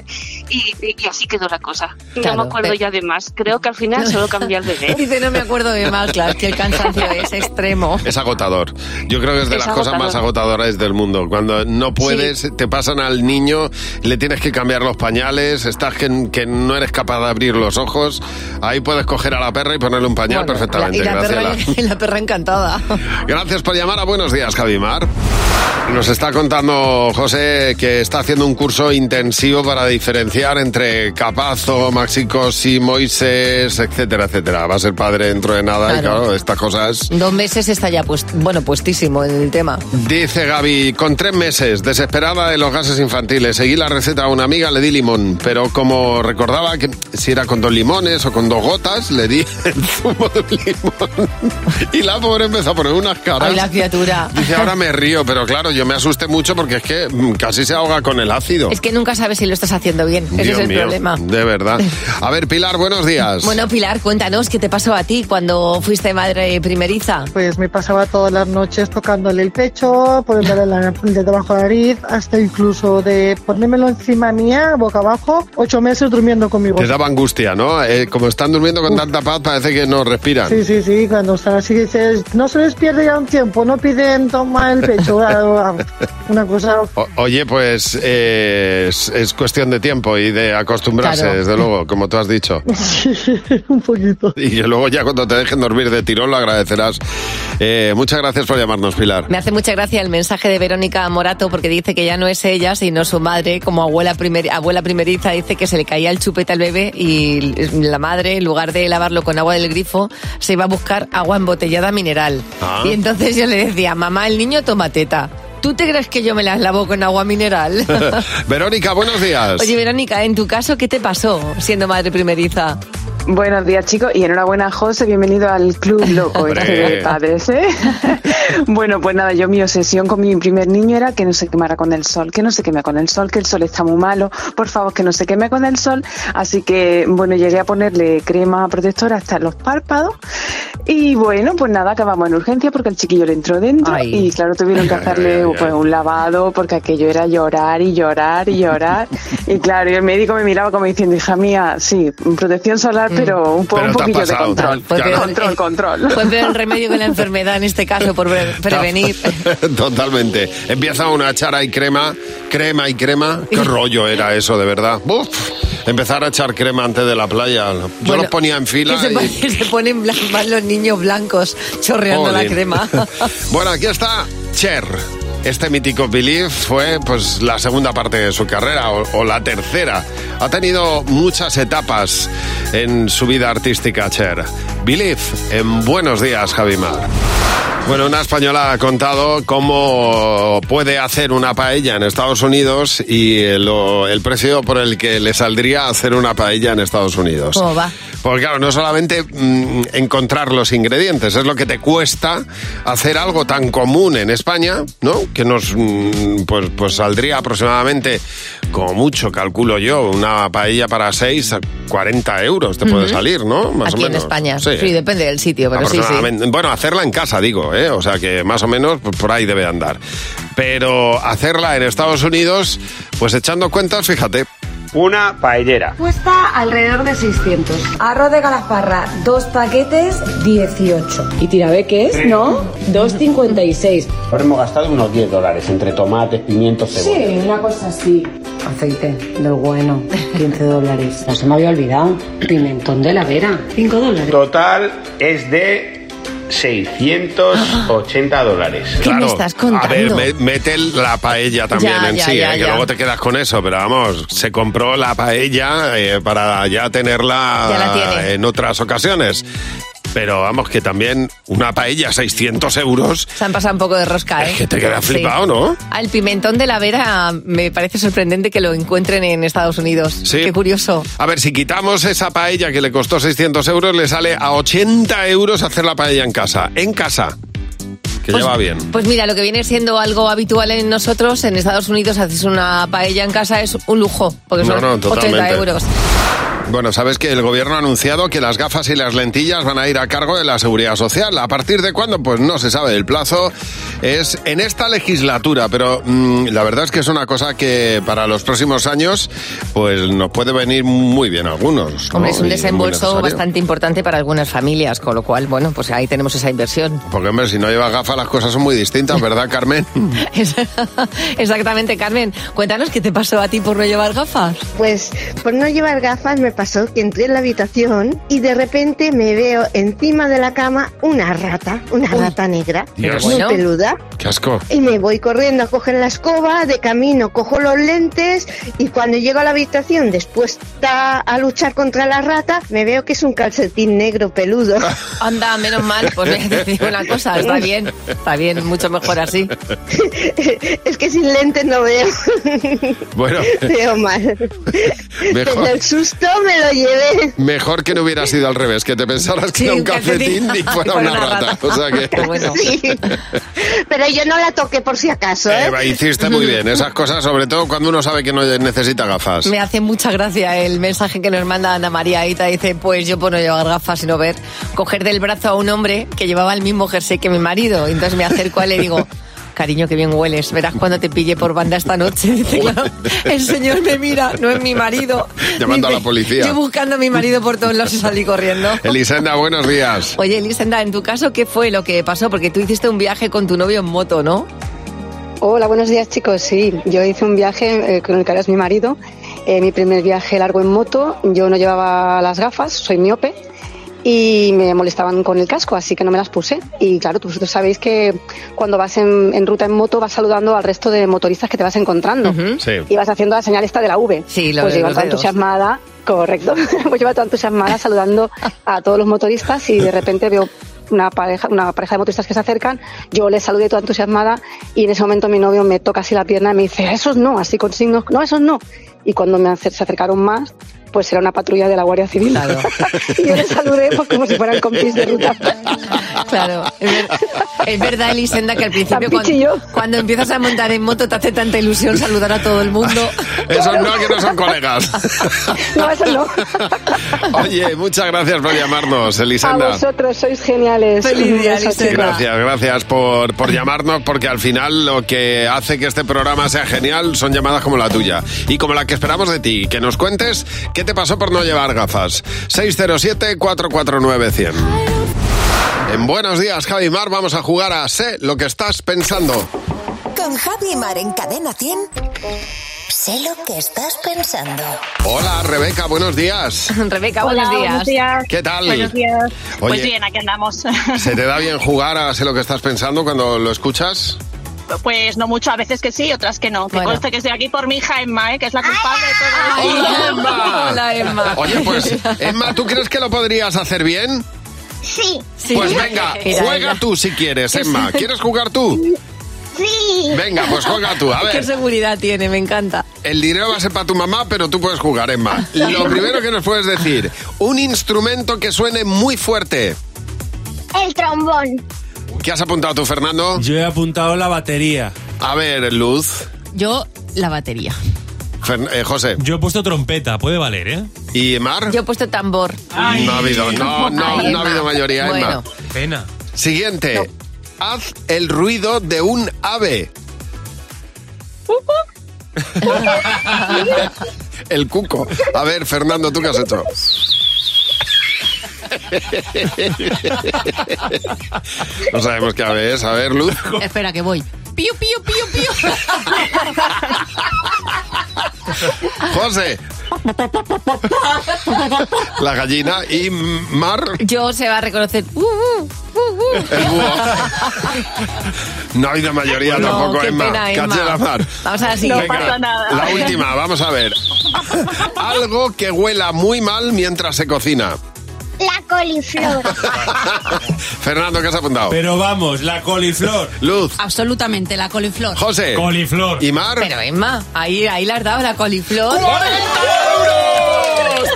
Speaker 18: y, y- y así quedó la cosa.
Speaker 4: Claro,
Speaker 18: no me acuerdo
Speaker 4: pero-
Speaker 18: ya de más. Creo que al final solo cambié el bebé.
Speaker 4: Dice, no me acuerdo de mal, claro, que el cansancio es extremo.
Speaker 3: Es agotador. Yo creo que es de
Speaker 4: Es
Speaker 3: las cosas más agotadoras del mundo. Cuando no puedes, te pasan al niño, le tienes que cambiar los pañales, estás que, que no eres capaz de abrir los ojos. Ahí puedes coger a la perra y ponerle un pañal perfectamente.
Speaker 4: y, la perra,
Speaker 3: Graciela.
Speaker 4: y la perra encantada.
Speaker 3: Gracias por llamar a Buenos Días, Javimar. Nos está contando José que está haciendo un curso intensivo para diferenciar entre Capazo, Maxicosi, Moisés, etcétera, etcétera. Va a ser padre dentro de nada y claro, estas cosas.
Speaker 4: Dos meses está ya, pues, bueno, puestísimo en el tema.
Speaker 3: Dice Gaby, con tres meses, desesperada de los gases infantiles, seguí la receta a una amiga, le di limón, pero como recordaba que si era con dos limones o con dos gotas, le di el zumo de limón. Y la pobre empezó a poner unas caras.
Speaker 4: Ay, la criatura.
Speaker 3: Dice, ahora me río, pero claro, yo me asusté mucho porque es que mm, casi se ahoga con el ácido.
Speaker 4: Es que nunca sabes si lo estás haciendo bien. Ese
Speaker 3: Dios
Speaker 4: es el
Speaker 3: mío,
Speaker 4: problema.
Speaker 3: De verdad. A ver, Pilar, buenos días.
Speaker 4: Bueno, Pilar, cuéntanos qué te pasó a ti cuando fuiste madre primeriza.
Speaker 19: Pues me pasaba todas las noches tocándole el pecho, poniéndole la, de debajo de la nariz, hasta incluso de ponérmelo encima mía, boca abajo, ocho meses durmiendo conmigo.
Speaker 3: Te daba angustia, ¿no? Eh, como están durmiendo con tanta paz, parece que no respiran.
Speaker 19: Sí, sí, sí, cuando están así dices, no se les pierde ya un tiempo, no piden tomar el pecho, una- una cosa
Speaker 3: O- Oye, pues eh, es, es cuestión de tiempo y de acostumbrarse,
Speaker 19: Claro.
Speaker 3: desde luego, como tú has dicho.
Speaker 19: un poquito.
Speaker 3: Y que luego ya cuando te dejen dormir de tirón lo agradecerás. Eh, muchas gracias por llamarnos, Pilar.
Speaker 4: Me hace mucha gracia el mensaje de Verónica Morato porque dice que ya no es ella, sino su madre, como abuela, primer- abuela primeriza, dice que se le caía el chupete al bebé y la madre, en lugar de lavarlo con agua del grifo, se iba a buscar agua embotellada mineral.
Speaker 20: Ah.
Speaker 4: Y entonces yo le decía, mamá, el niño toma teta. ¿Tú te crees que yo me las lavo con agua mineral?
Speaker 3: Verónica, buenos días.
Speaker 4: Oye, Verónica, en tu caso, ¿qué te pasó siendo madre primeriza?
Speaker 20: Buenos días, chicos, y enhorabuena, José. Bienvenido al Club Loco
Speaker 21: Hombre.
Speaker 20: este de padres, ¿eh? bueno, pues nada, yo mi obsesión con mi primer niño era que no se quemara con el sol, que no se queme con el sol, que el sol está muy malo, por favor, que no se queme con el sol. Así que, bueno, llegué a ponerle crema protectora hasta los párpados. Y bueno, pues nada, acabamos en urgencia porque el chiquillo le entró dentro
Speaker 4: Ay.
Speaker 20: y claro, tuvieron que
Speaker 4: Ay, ay,
Speaker 20: hacerle
Speaker 4: ay,
Speaker 20: pues,
Speaker 4: ay.
Speaker 20: un lavado porque aquello era llorar y llorar y llorar. y claro, y el médico me miraba como diciendo, hija mía, sí, protección solar, pero un, po-
Speaker 3: Pero
Speaker 20: un
Speaker 3: te has
Speaker 20: poquillo
Speaker 3: pasado,
Speaker 20: de control.
Speaker 3: Fue claro. peor-
Speaker 20: Control, control.
Speaker 4: Fue peor el remedio que la enfermedad en este caso, por pre- prevenir.
Speaker 3: Totalmente. Empieza una chara y crema, crema y crema. Qué rollo era eso, de verdad. Buf. Empezar a echar crema antes de la playa. Yo
Speaker 4: Bueno,
Speaker 3: los ponía en
Speaker 4: Que
Speaker 3: fila.
Speaker 4: se,
Speaker 3: y-
Speaker 4: pon- se ponen blan- más los niños blancos chorreando la
Speaker 3: Jolín.
Speaker 4: crema.
Speaker 3: bueno, aquí está Cher. Este mítico Believe fue pues la segunda parte de su carrera o, o la tercera. Ha tenido muchas etapas en su vida artística Cher. Believe en Buenos días, Javimar. Bueno, una española ha contado cómo puede hacer una paella en Estados Unidos y eh, lo- el precio por el que le saldría hacer una paella en Estados Unidos.
Speaker 4: ¿Cómo va?
Speaker 3: Porque claro, no solamente mm, encontrar los ingredientes, es lo que te cuesta hacer algo tan común en España, ¿no? Que nos mm, pues, pues saldría aproximadamente, como mucho calculo yo, una paella para 6 a 40 euros te puede
Speaker 4: Ujú.
Speaker 3: salir, ¿no? Más
Speaker 4: Aquí
Speaker 3: o
Speaker 4: en
Speaker 3: menos.
Speaker 4: España.
Speaker 3: Sí.
Speaker 4: Sí. depende del sitio, pero sí, sí.
Speaker 3: Aproximadamente. Bueno, hacerla en casa, digo, ¿eh? O sea que más o menos pues, por ahí debe andar. Pero hacerla en Estados Unidos, pues echando cuentas, fíjate.
Speaker 22: Una paellera.
Speaker 23: Cuesta alrededor de 600. Arroz de galafarra, dos paquetes, 18. ¿Y tirabeques, no? 2,56.
Speaker 22: Habremos gastado unos 10 dólares entre tomates, pimientos,
Speaker 23: Sí, una cosa así. Aceite del bueno, 15 dólares. No se me había olvidado. Pimentón de la vera, 5 dólares.
Speaker 22: Total es de 680 dólares.
Speaker 3: Claro, A ver, me- mete la paella también
Speaker 22: Ya,
Speaker 3: en
Speaker 22: ya,
Speaker 3: sí,
Speaker 22: ya,
Speaker 3: ¿eh? que
Speaker 22: ya.
Speaker 3: luego te quedas con eso, pero vamos, se compró la paella eh, para ya tenerla
Speaker 4: Ya la tiene.
Speaker 3: en otras ocasiones. Pero vamos, que también una paella 600 euros,
Speaker 4: Se han pasado un poco de rosca, ¿eh?
Speaker 3: que te queda
Speaker 4: Sí.
Speaker 3: flipado, ¿no?
Speaker 4: Ah, el pimentón de la vera me parece sorprendente que lo encuentren en Estados Unidos.
Speaker 3: Sí.
Speaker 4: Qué curioso.
Speaker 3: A ver, si quitamos esa paella que le costó 600 euros, le sale a 80 euros hacer la paella en casa. En casa. Que lleva bien.
Speaker 4: Pues mira, lo que viene siendo algo habitual en nosotros, en Estados Unidos haces una paella en casa es un lujo, porque
Speaker 3: No,
Speaker 4: son
Speaker 3: no,
Speaker 4: 80
Speaker 3: totalmente.
Speaker 4: euros.
Speaker 3: Bueno, sabes que el gobierno ha anunciado que las gafas y las lentillas van a ir a cargo de la seguridad social. ¿A partir de cuándo? Pues no se sabe. El plazo es en esta legislatura, pero mm, la verdad es que es una cosa que para los próximos años pues nos puede venir muy bien a algunos. ¿no?
Speaker 4: Hombre, es
Speaker 3: Y
Speaker 4: un
Speaker 3: muy
Speaker 4: desembolso
Speaker 3: necesario.
Speaker 4: bastante importante para algunas familias, con lo cual, bueno, pues ahí tenemos esa inversión.
Speaker 3: Porque, hombre, si no llevas gafas las cosas son muy distintas, ¿verdad, Carmen?
Speaker 4: Es- Exactamente, Carmen. Cuéntanos qué te pasó a ti por no llevar gafas.
Speaker 24: Pues por no llevar gafas me pasó que entré en la habitación y de repente me veo encima de la cama una rata, una rata negra,
Speaker 3: Dios.
Speaker 24: muy
Speaker 3: Bueno.
Speaker 24: peluda.
Speaker 3: ¡Qué asco!
Speaker 24: Y me voy corriendo a coger la escoba, de camino cojo los lentes y cuando llego a la habitación dispuesta a luchar contra la rata, me veo que es un calcetín negro peludo.
Speaker 4: Anda, menos mal, pues voy a decir una cosa, está bien, está bien, mucho mejor así.
Speaker 24: es que sin lentes no veo.
Speaker 3: Bueno.
Speaker 24: Veo mal. Pero
Speaker 3: Mejor.
Speaker 24: el susto me lo llevé.
Speaker 3: Mejor que no hubiera sido al revés, que te pensaras Pues que
Speaker 24: Sí,
Speaker 3: era un
Speaker 24: un calcetín.
Speaker 3: calcetín y fuera una, rata. O sea que...
Speaker 24: Sí. Pero yo no la toqué por si acaso, ¿eh?
Speaker 3: Eva, hiciste muy bien esas cosas, sobre todo cuando uno sabe que no necesita gafas.
Speaker 4: Me hace mucha gracia el mensaje que nos manda Ana María Aita. Dice, pues yo por no llevar gafas sino ver, coger del brazo a un hombre que llevaba el mismo jersey que mi marido. Y Entonces me acerco a él y le digo, cariño, que bien hueles. Verás cuando te pille por banda esta noche. Dice, claro, el señor me mira, no es mi marido.
Speaker 3: Llamando a la policía.
Speaker 4: Yo buscando a mi marido por todos lados y salí corriendo.
Speaker 3: Elisenda, buenos días.
Speaker 4: Oye, Elisenda, en tu caso, ¿qué fue lo que pasó? Porque tú hiciste un viaje con tu novio en moto, ¿no?
Speaker 25: Hola, buenos días chicos. Sí, yo hice un viaje eh, con el que ahora es mi marido, eh, mi primer viaje largo en moto. Yo no llevaba las gafas, soy miope y me molestaban con el casco, así que no me las puse. Y claro, tú- vosotros sabéis que cuando vas en, en ruta en moto vas saludando al resto de motoristas que te vas encontrando y vas haciendo la señal esta de la V.
Speaker 4: Sí, lo
Speaker 25: pues yo
Speaker 4: de
Speaker 25: iba
Speaker 4: los
Speaker 25: tan
Speaker 4: dedos.
Speaker 25: entusiasmada, correcto, pues yo iba tan entusiasmada saludando a todos los motoristas y de repente veo una pareja, una pareja de motoristas que se acercan, yo les saludé toda entusiasmada y en ese momento mi novio me toca así la pierna y me dice, esos no, así con signos, no, esos no. Y cuando me acer- se acercaron más, pues era una patrulla de la Guardia Civil. y yo les saludé pues, como si fueran compis de ruta.
Speaker 4: Claro, es, ver- es verdad, Elisenda, que al principio
Speaker 25: Tan pichillo.
Speaker 4: cuando, cuando empiezas a montar en moto te hace tanta ilusión saludar a todo el mundo.
Speaker 3: Esos no, que no son colegas.
Speaker 25: No, eso no.
Speaker 3: Oye, muchas gracias por llamarnos, Elisenda.
Speaker 25: A vosotros sois geniales.
Speaker 24: Feliz día,
Speaker 25: Un beso,
Speaker 24: Elisenda.
Speaker 25: chicos.
Speaker 3: Gracias, gracias por, por llamarnos, porque al final lo que hace que este programa sea genial son llamadas como la tuya y como la que esperamos de ti. Que nos cuentes qué te pasó por no llevar gafas. 607-449-100. En buenos días, Javi Mar, vamos a jugar a Sé lo que estás pensando.
Speaker 1: Con Javi Mar en Cadena 100. Sé lo que estás pensando.
Speaker 3: Hola, Rebeca, buenos días.
Speaker 4: Rebeca,
Speaker 2: Hola,
Speaker 4: buenos días.
Speaker 2: buenos días.
Speaker 3: ¿Qué tal?
Speaker 2: Buenos días.
Speaker 3: Oye.
Speaker 2: Pues bien, aquí andamos.
Speaker 3: ¿Se te da bien jugar a Sé lo que estás pensando cuando lo escuchas?
Speaker 2: Pues no mucho, a veces que sí, otras que no. Que conste que estoy aquí por mi hija Emma, ¿eh? que es la culpable de todo.
Speaker 3: ¡Hola,
Speaker 2: esto.
Speaker 3: Emma! Oye, pues, Emma, ¿tú crees que lo podrías hacer bien?
Speaker 2: Sí.
Speaker 3: Pues venga,
Speaker 2: Mira,
Speaker 3: juega
Speaker 2: mira.
Speaker 3: tú si quieres, Emma. ¿Quieres jugar tú?
Speaker 2: Sí.
Speaker 3: Venga, pues juega tú, a ver.
Speaker 4: Qué seguridad tiene, me encanta.
Speaker 3: El dinero va a ser para tu mamá, pero tú puedes jugar, Emma. Lo primero que nos puedes decir, un instrumento que suene muy fuerte.
Speaker 5: El trombón.
Speaker 3: ¿Qué has apuntado tú, Fernando?
Speaker 7: Yo he apuntado la batería.
Speaker 3: A ver, Luz.
Speaker 4: Yo, la batería.
Speaker 3: Fern- eh, José.
Speaker 7: Yo he puesto trompeta, puede valer, ¿eh?
Speaker 3: ¿Y Mar?
Speaker 4: Yo he puesto tambor.
Speaker 3: No ha habido, no, no,
Speaker 4: Ay,
Speaker 3: no ha habido
Speaker 4: Emma.
Speaker 3: mayoría, Emma.
Speaker 4: Bueno.
Speaker 7: Pena.
Speaker 3: Siguiente. Haz el ruido de un ave. el cuco. A ver, Fernando, ¿tú qué has hecho? No sabemos qué ave es. A ver, Luz.
Speaker 4: Espera, que voy. Piu, piu, piu, piu.
Speaker 3: José. La gallina y Mar.
Speaker 4: Yo se va a reconocer. Uh, uh, uh, uh.
Speaker 3: El búho. No ha habido mayoría
Speaker 4: No,
Speaker 3: tampoco,
Speaker 4: qué
Speaker 3: Emma.
Speaker 4: pena, Emma.
Speaker 3: Caché la mar.
Speaker 4: Vamos a la siguiente. No pasa nada.
Speaker 3: La última, vamos a ver. Algo que huela muy mal mientras se cocina.
Speaker 5: La coliflor.
Speaker 3: Fernando, ¿qué has apuntado?
Speaker 7: Pero vamos, la coliflor.
Speaker 3: Luz.
Speaker 4: Absolutamente, la coliflor.
Speaker 3: José. Coliflor. ¿Y Mar?
Speaker 4: Pero Emma, ahí, ahí la has dado, la coliflor.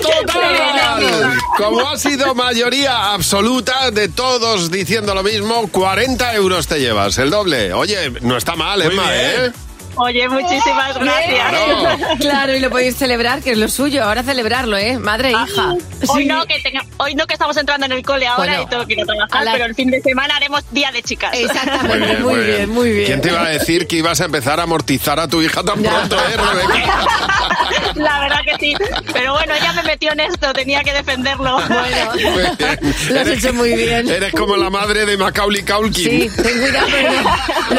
Speaker 3: ¡Total! Como ha sido mayoría absoluta de todos diciendo lo mismo, 40 euros te llevas, el doble. Oye, no está mal,
Speaker 2: Muy
Speaker 3: Emma,
Speaker 2: bien.
Speaker 3: ¿eh?
Speaker 2: Oye, muchísimas gracias.
Speaker 4: Claro. y lo podéis celebrar, que es lo suyo. Ahora celebrarlo, ¿eh? Madre e hija.
Speaker 2: Hoy no, que tenga- hoy no que estamos entrando en el cole ahora
Speaker 4: Bueno,
Speaker 2: y todo quiero trabajar,
Speaker 4: a la-
Speaker 2: pero el fin de semana haremos día de chicas.
Speaker 4: Exactamente.
Speaker 3: Muy bien, muy bien, muy bien. ¿Quién te iba a decir que ibas a empezar a amortizar a tu hija tan pronto, eh, Rebeca?
Speaker 2: La verdad que sí. Pero bueno, ella me metió en esto, tenía que defenderlo.
Speaker 3: Muy bien.
Speaker 4: Lo has hecho muy bien.
Speaker 3: Eres como la madre de Macaulay Culkin.
Speaker 4: Sí, ten cuidado, pero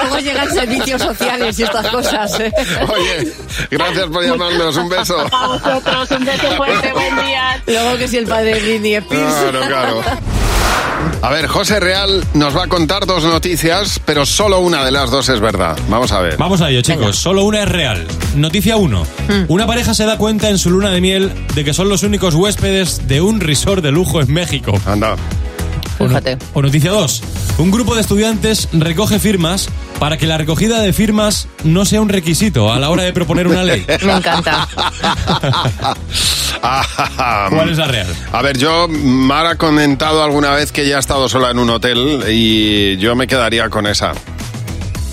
Speaker 4: luego llegan servicios sociales y estas cosas. ¿eh?
Speaker 3: Oye, gracias por llamarnos. Un beso.
Speaker 4: A vosotros, un beso fuerte, buen día. Luego que si el padre de Britney Spears.
Speaker 3: Claro, claro. A ver, José Real nos va a contar dos noticias, pero solo una de las dos es verdad. Vamos a ver.
Speaker 7: Vamos a ello, chicos. Solo una es real. Noticia 1. Una pareja se da cuenta en su luna de miel de que son los únicos huéspedes de un resort de lujo en México.
Speaker 3: Anda.
Speaker 4: Fíjate.
Speaker 7: O noticia 2. Un grupo de estudiantes recoge firmas para que la recogida de firmas no sea un requisito a la hora de proponer una ley.
Speaker 4: Me encanta.
Speaker 7: ¿Cuál es la real?
Speaker 3: Ah, A ver, yo, Mar ha comentado alguna vez que ya ha estado sola en un hotel y yo me quedaría con esa.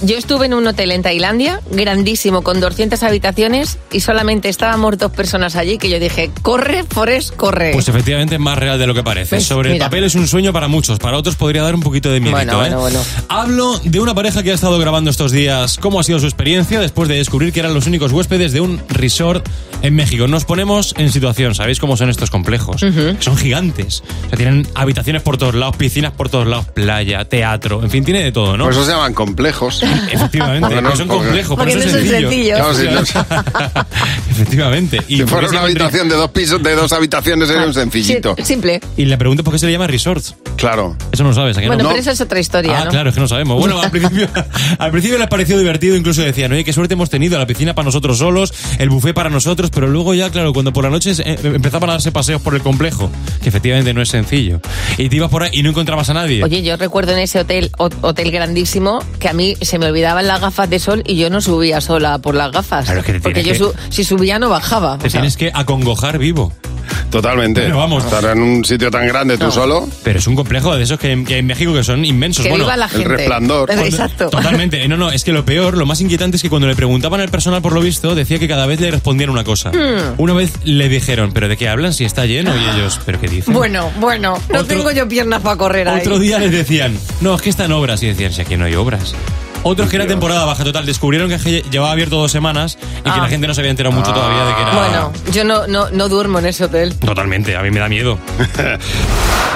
Speaker 4: Yo estuve en un hotel en Tailandia, grandísimo, con 200 habitaciones y solamente estábamos dos personas allí que yo dije, corre, Forrest, corre.
Speaker 7: Pues efectivamente es más real de lo que parece.
Speaker 4: ¿Ves?
Speaker 7: Sobre
Speaker 4: Pues Mira.
Speaker 7: el papel es un sueño para muchos, para otros podría dar un poquito de miedo.
Speaker 4: Bueno, bueno, bueno.
Speaker 7: Hablo de una pareja que ha estado grabando estos días cómo ha sido su experiencia después de descubrir que eran los únicos huéspedes de un resort en México. Nos ponemos en situación, ¿sabéis cómo son estos complejos? Son gigantes. O sea, tienen habitaciones por todos lados, piscinas por todos lados, playa, teatro, en fin, tiene de todo, ¿no?
Speaker 3: Por Pues
Speaker 4: Pues
Speaker 3: eso se llaman complejos.
Speaker 7: Efectivamente,
Speaker 3: Porque no-
Speaker 7: que son
Speaker 3: porque-
Speaker 7: complejos,
Speaker 3: porque
Speaker 7: pero
Speaker 3: no
Speaker 7: son
Speaker 3: son sencillos.
Speaker 7: sencillos.
Speaker 3: Claro, sí, no son-
Speaker 7: Efectivamente. Y
Speaker 3: Si
Speaker 7: por
Speaker 3: fuera
Speaker 7: eso
Speaker 3: una
Speaker 7: tendría-
Speaker 3: habitación de dos pisos, de dos habitaciones, sería un sencillito.
Speaker 4: Ah, Sí, simple.
Speaker 7: Y la pregunta es por qué se le llama resort.
Speaker 3: Claro.
Speaker 7: Eso no lo sabes. ¿a que
Speaker 4: Bueno,
Speaker 7: no?
Speaker 4: pero eso es otra historia,
Speaker 7: Ah,
Speaker 4: ¿no?
Speaker 7: claro, es que no sabemos. Bueno, al principio, al principio les pareció divertido, incluso decían, oye, qué suerte hemos tenido, la piscina para nosotros solos, el buffet para nosotros, pero luego ya, claro, cuando por la noche eh, empezaban a darse paseos por el complejo, que efectivamente no es sencillo, y te ibas por ahí y no encontrabas a nadie.
Speaker 4: Oye, yo recuerdo en ese hotel, ho- hotel grandísimo, que a mí se me olvidaban las gafas de sol y yo no subía sola por las gafas.
Speaker 7: Claro, es que te
Speaker 4: porque yo
Speaker 7: tienes
Speaker 4: su- si subía no bajaba.
Speaker 7: te
Speaker 4: o sea.
Speaker 7: tienes que acongojar vivo.
Speaker 3: Totalmente.
Speaker 7: Bueno, vamos.
Speaker 3: Estar en un sitio tan grande tú solo.
Speaker 7: Pero es un complejo de esos que, en- que hay en México que son inmensos.
Speaker 4: Que
Speaker 7: bueno,
Speaker 4: viva la gente.
Speaker 7: Cuando-
Speaker 4: Exacto.
Speaker 7: Totalmente. Eh, No, no, es que lo peor, lo más inquietante es que cuando le preguntaban al personal por lo visto, decía que cada vez le respondían una cosa.
Speaker 4: Hmm.
Speaker 7: Una vez le dijeron, ¿pero de qué hablan si está lleno? Y ellos, ¿pero qué dicen?
Speaker 4: Bueno, bueno, no tengo yo piernas para correr ahí.
Speaker 7: Otro día les decían, no, es que están obras. Y decían, si aquí no hay obras. Otros que era temporada baja total, descubrieron que lle- llevaba abierto dos semanas y que
Speaker 4: Ah.
Speaker 7: la gente no se había enterado mucho todavía de que era.
Speaker 4: Bueno, yo no, no, no duermo en ese hotel.
Speaker 7: Totalmente, a mí me da miedo.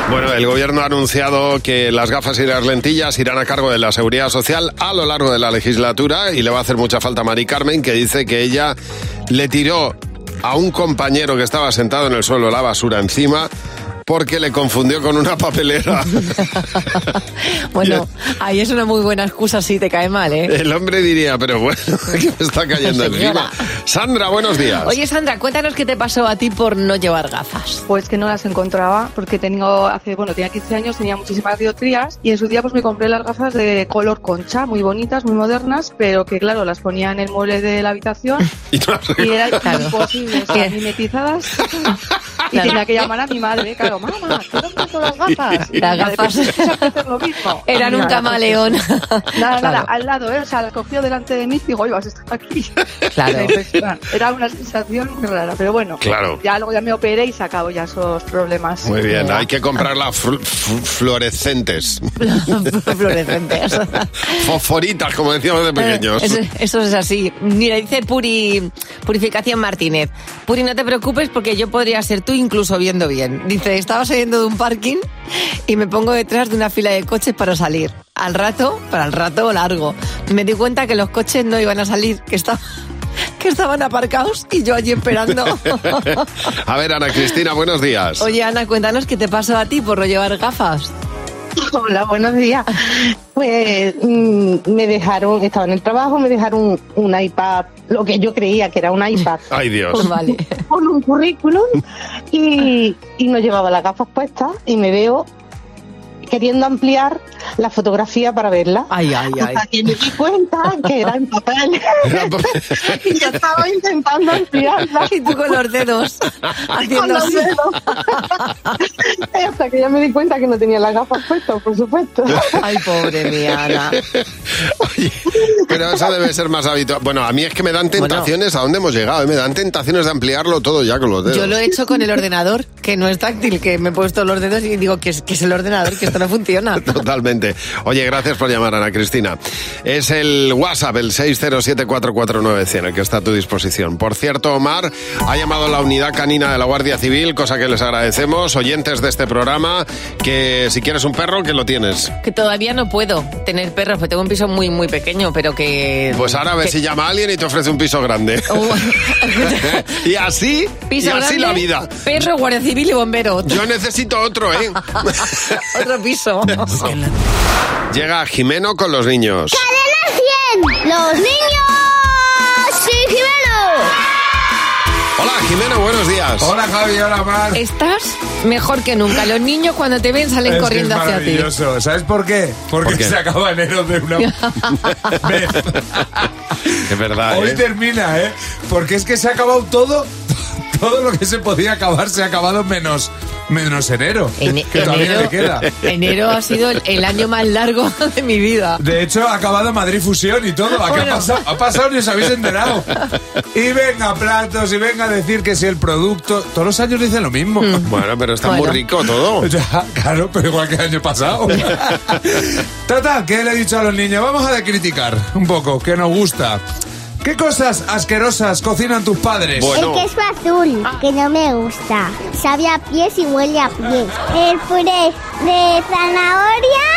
Speaker 3: Bueno, el gobierno ha anunciado que las gafas y las lentillas irán a cargo de la seguridad social a lo largo de la legislatura y le va a hacer mucha falta a Mari Carmen, que dice que ella le tiró a un compañero que estaba sentado en el suelo la basura encima porque le confundió con una papelera.
Speaker 4: Bueno, ahí es una muy buena excusa si te cae mal, ¿eh?
Speaker 3: El hombre diría, pero bueno, que me está cayendo encima.
Speaker 4: Señora.
Speaker 3: Sandra, buenos días.
Speaker 4: Oye, Sandra, cuéntanos qué te pasó a ti por no llevar gafas.
Speaker 25: Pues que no las encontraba porque tengo hace, bueno, tenía 15 años, tenía muchísimas dioptrías y en su día pues me compré las gafas de color concha, muy bonitas, muy modernas, pero que claro, las ponía en el mueble de la habitación y eran
Speaker 4: Claro.
Speaker 25: imposibles,
Speaker 4: ¿Qué?
Speaker 25: eran mimetizadas y tenía que llamar a mi madre, claro, mamá, ¿qué no encuentro las gafas? Y
Speaker 4: Las
Speaker 25: mi madre,
Speaker 4: gafas.
Speaker 25: "Pues es que siempre haces lo mismo".
Speaker 4: Eran un
Speaker 25: Nada,
Speaker 4: camaleón.
Speaker 25: pues, Nada, nada,
Speaker 4: Claro.
Speaker 25: al lado, ¿eh? o sea, la cogió delante de mí y digo, oye, vas a estar aquí.
Speaker 4: Claro.
Speaker 25: Era una sensación muy rara, pero bueno.
Speaker 3: Claro.
Speaker 25: Ya luego ya me operé y se acabó ya esos problemas.
Speaker 3: Muy bien, hay que comprar las fl- fl- fluorescentes.
Speaker 4: Fluorescentes.
Speaker 3: Fosforitas, como decíamos de pequeños.
Speaker 4: Eso, eso es así. Mira, dice Puri, Purificación Martínez. Puri, no te preocupes porque yo podría ser tú incluso viendo bien. Dice, estaba saliendo de un parking y me pongo detrás de una fila de coches para salir. Al rato, para el rato largo, me di cuenta que los coches no iban a salir, que estaba- que estaban aparcados y yo allí esperando.
Speaker 3: A ver, Ana Cristina, buenos días.
Speaker 4: Oye, Ana, cuéntanos qué te pasó a ti por no llevar gafas.
Speaker 25: Hola, buenos días.
Speaker 1: Pues mm, me dejaron, estaba en el trabajo, me dejaron un iPad, lo que yo creía que era un iPad.
Speaker 3: Ay, Dios.
Speaker 4: Pues
Speaker 1: Con- Con un currículum y, y no llevaba las gafas puestas y me veo queriendo ampliar la fotografía para verla.
Speaker 4: Ay, ay, ay.
Speaker 1: Hasta que me di cuenta que era en papel. y yo estaba intentando ampliarla.
Speaker 4: Y tú con los dedos.
Speaker 1: Con
Speaker 4: haciendo
Speaker 1: los
Speaker 4: así.
Speaker 1: dedos. Hasta que ya me di cuenta que no tenía las gafas puestas, por supuesto.
Speaker 4: Ay, pobre mi Ana.
Speaker 3: Pero eso debe ser más habitual. Bueno, a mí es que me dan tentaciones, ¿a dónde hemos llegado? eh? Me dan tentaciones de ampliarlo todo ya con los dedos.
Speaker 4: Yo lo he hecho con el ordenador, que no es táctil, que me he puesto los dedos y digo que es, que es el ordenador, que esto no funciona.
Speaker 3: Totalmente. Oye, gracias por llamar, Ana Cristina. Es el WhatsApp, el 607-449-100, el que está a tu disposición. Por cierto, Omar, ha llamado la unidad canina de la Guardia Civil, cosa que les agradecemos. Oyentes de este programa, que si quieres un perro, que lo tienes.
Speaker 4: Que todavía no puedo tener perros, porque tengo un piso muy, muy pequeño, pero que...
Speaker 3: Pues ahora a ver
Speaker 4: que-
Speaker 3: si llama a alguien y te ofrece un piso grande. y así,
Speaker 4: Oh. Piso
Speaker 3: y así
Speaker 4: grande,
Speaker 3: la vida.
Speaker 4: Perro, guardia civil y bombero.
Speaker 3: Yo necesito otro, ¿eh?
Speaker 4: Otro piso.
Speaker 3: Llega Jimeno con los niños.
Speaker 10: ¡Los niños! ¡Sí,
Speaker 3: Hola, Jimeno, buenos días.
Speaker 8: Hola, Javi, hola, Mar.
Speaker 4: Estás mejor que nunca. Los niños cuando te ven salen
Speaker 8: Es que
Speaker 4: corriendo
Speaker 8: es
Speaker 4: hacia ti.
Speaker 8: maravilloso. ¿Sabes por qué? Porque
Speaker 3: qué?
Speaker 8: se acaba enero de una
Speaker 3: Es verdad,
Speaker 8: Hoy
Speaker 3: ¿eh?
Speaker 8: termina, ¿eh? Porque es que se ha acabado todo. Todo lo que se podía acabar se ha acabado menos, menos enero.
Speaker 4: En-
Speaker 8: que todavía
Speaker 4: enero-
Speaker 8: te queda.
Speaker 4: Enero ha sido el- el año más largo de mi vida.
Speaker 8: De hecho, ha acabado Madrid Fusión y todo. ¿A qué
Speaker 4: Bueno.
Speaker 8: ha pasado? Ha pasado ni os habéis enterado. Y venga platos, y venga a decir que si el producto... Todos los años dicen lo mismo.
Speaker 3: Bueno, pero está
Speaker 8: Bueno.
Speaker 3: muy rico todo.
Speaker 8: Ya, claro, pero igual que el año pasado. Total, que le he dicho a los niños, vamos a criticar un poco, que nos gusta. ¿Qué cosas asquerosas cocinan tus padres?
Speaker 10: El queso azul, que no me gusta. Sabe a pies y huele a pies. El puré de zanahoria,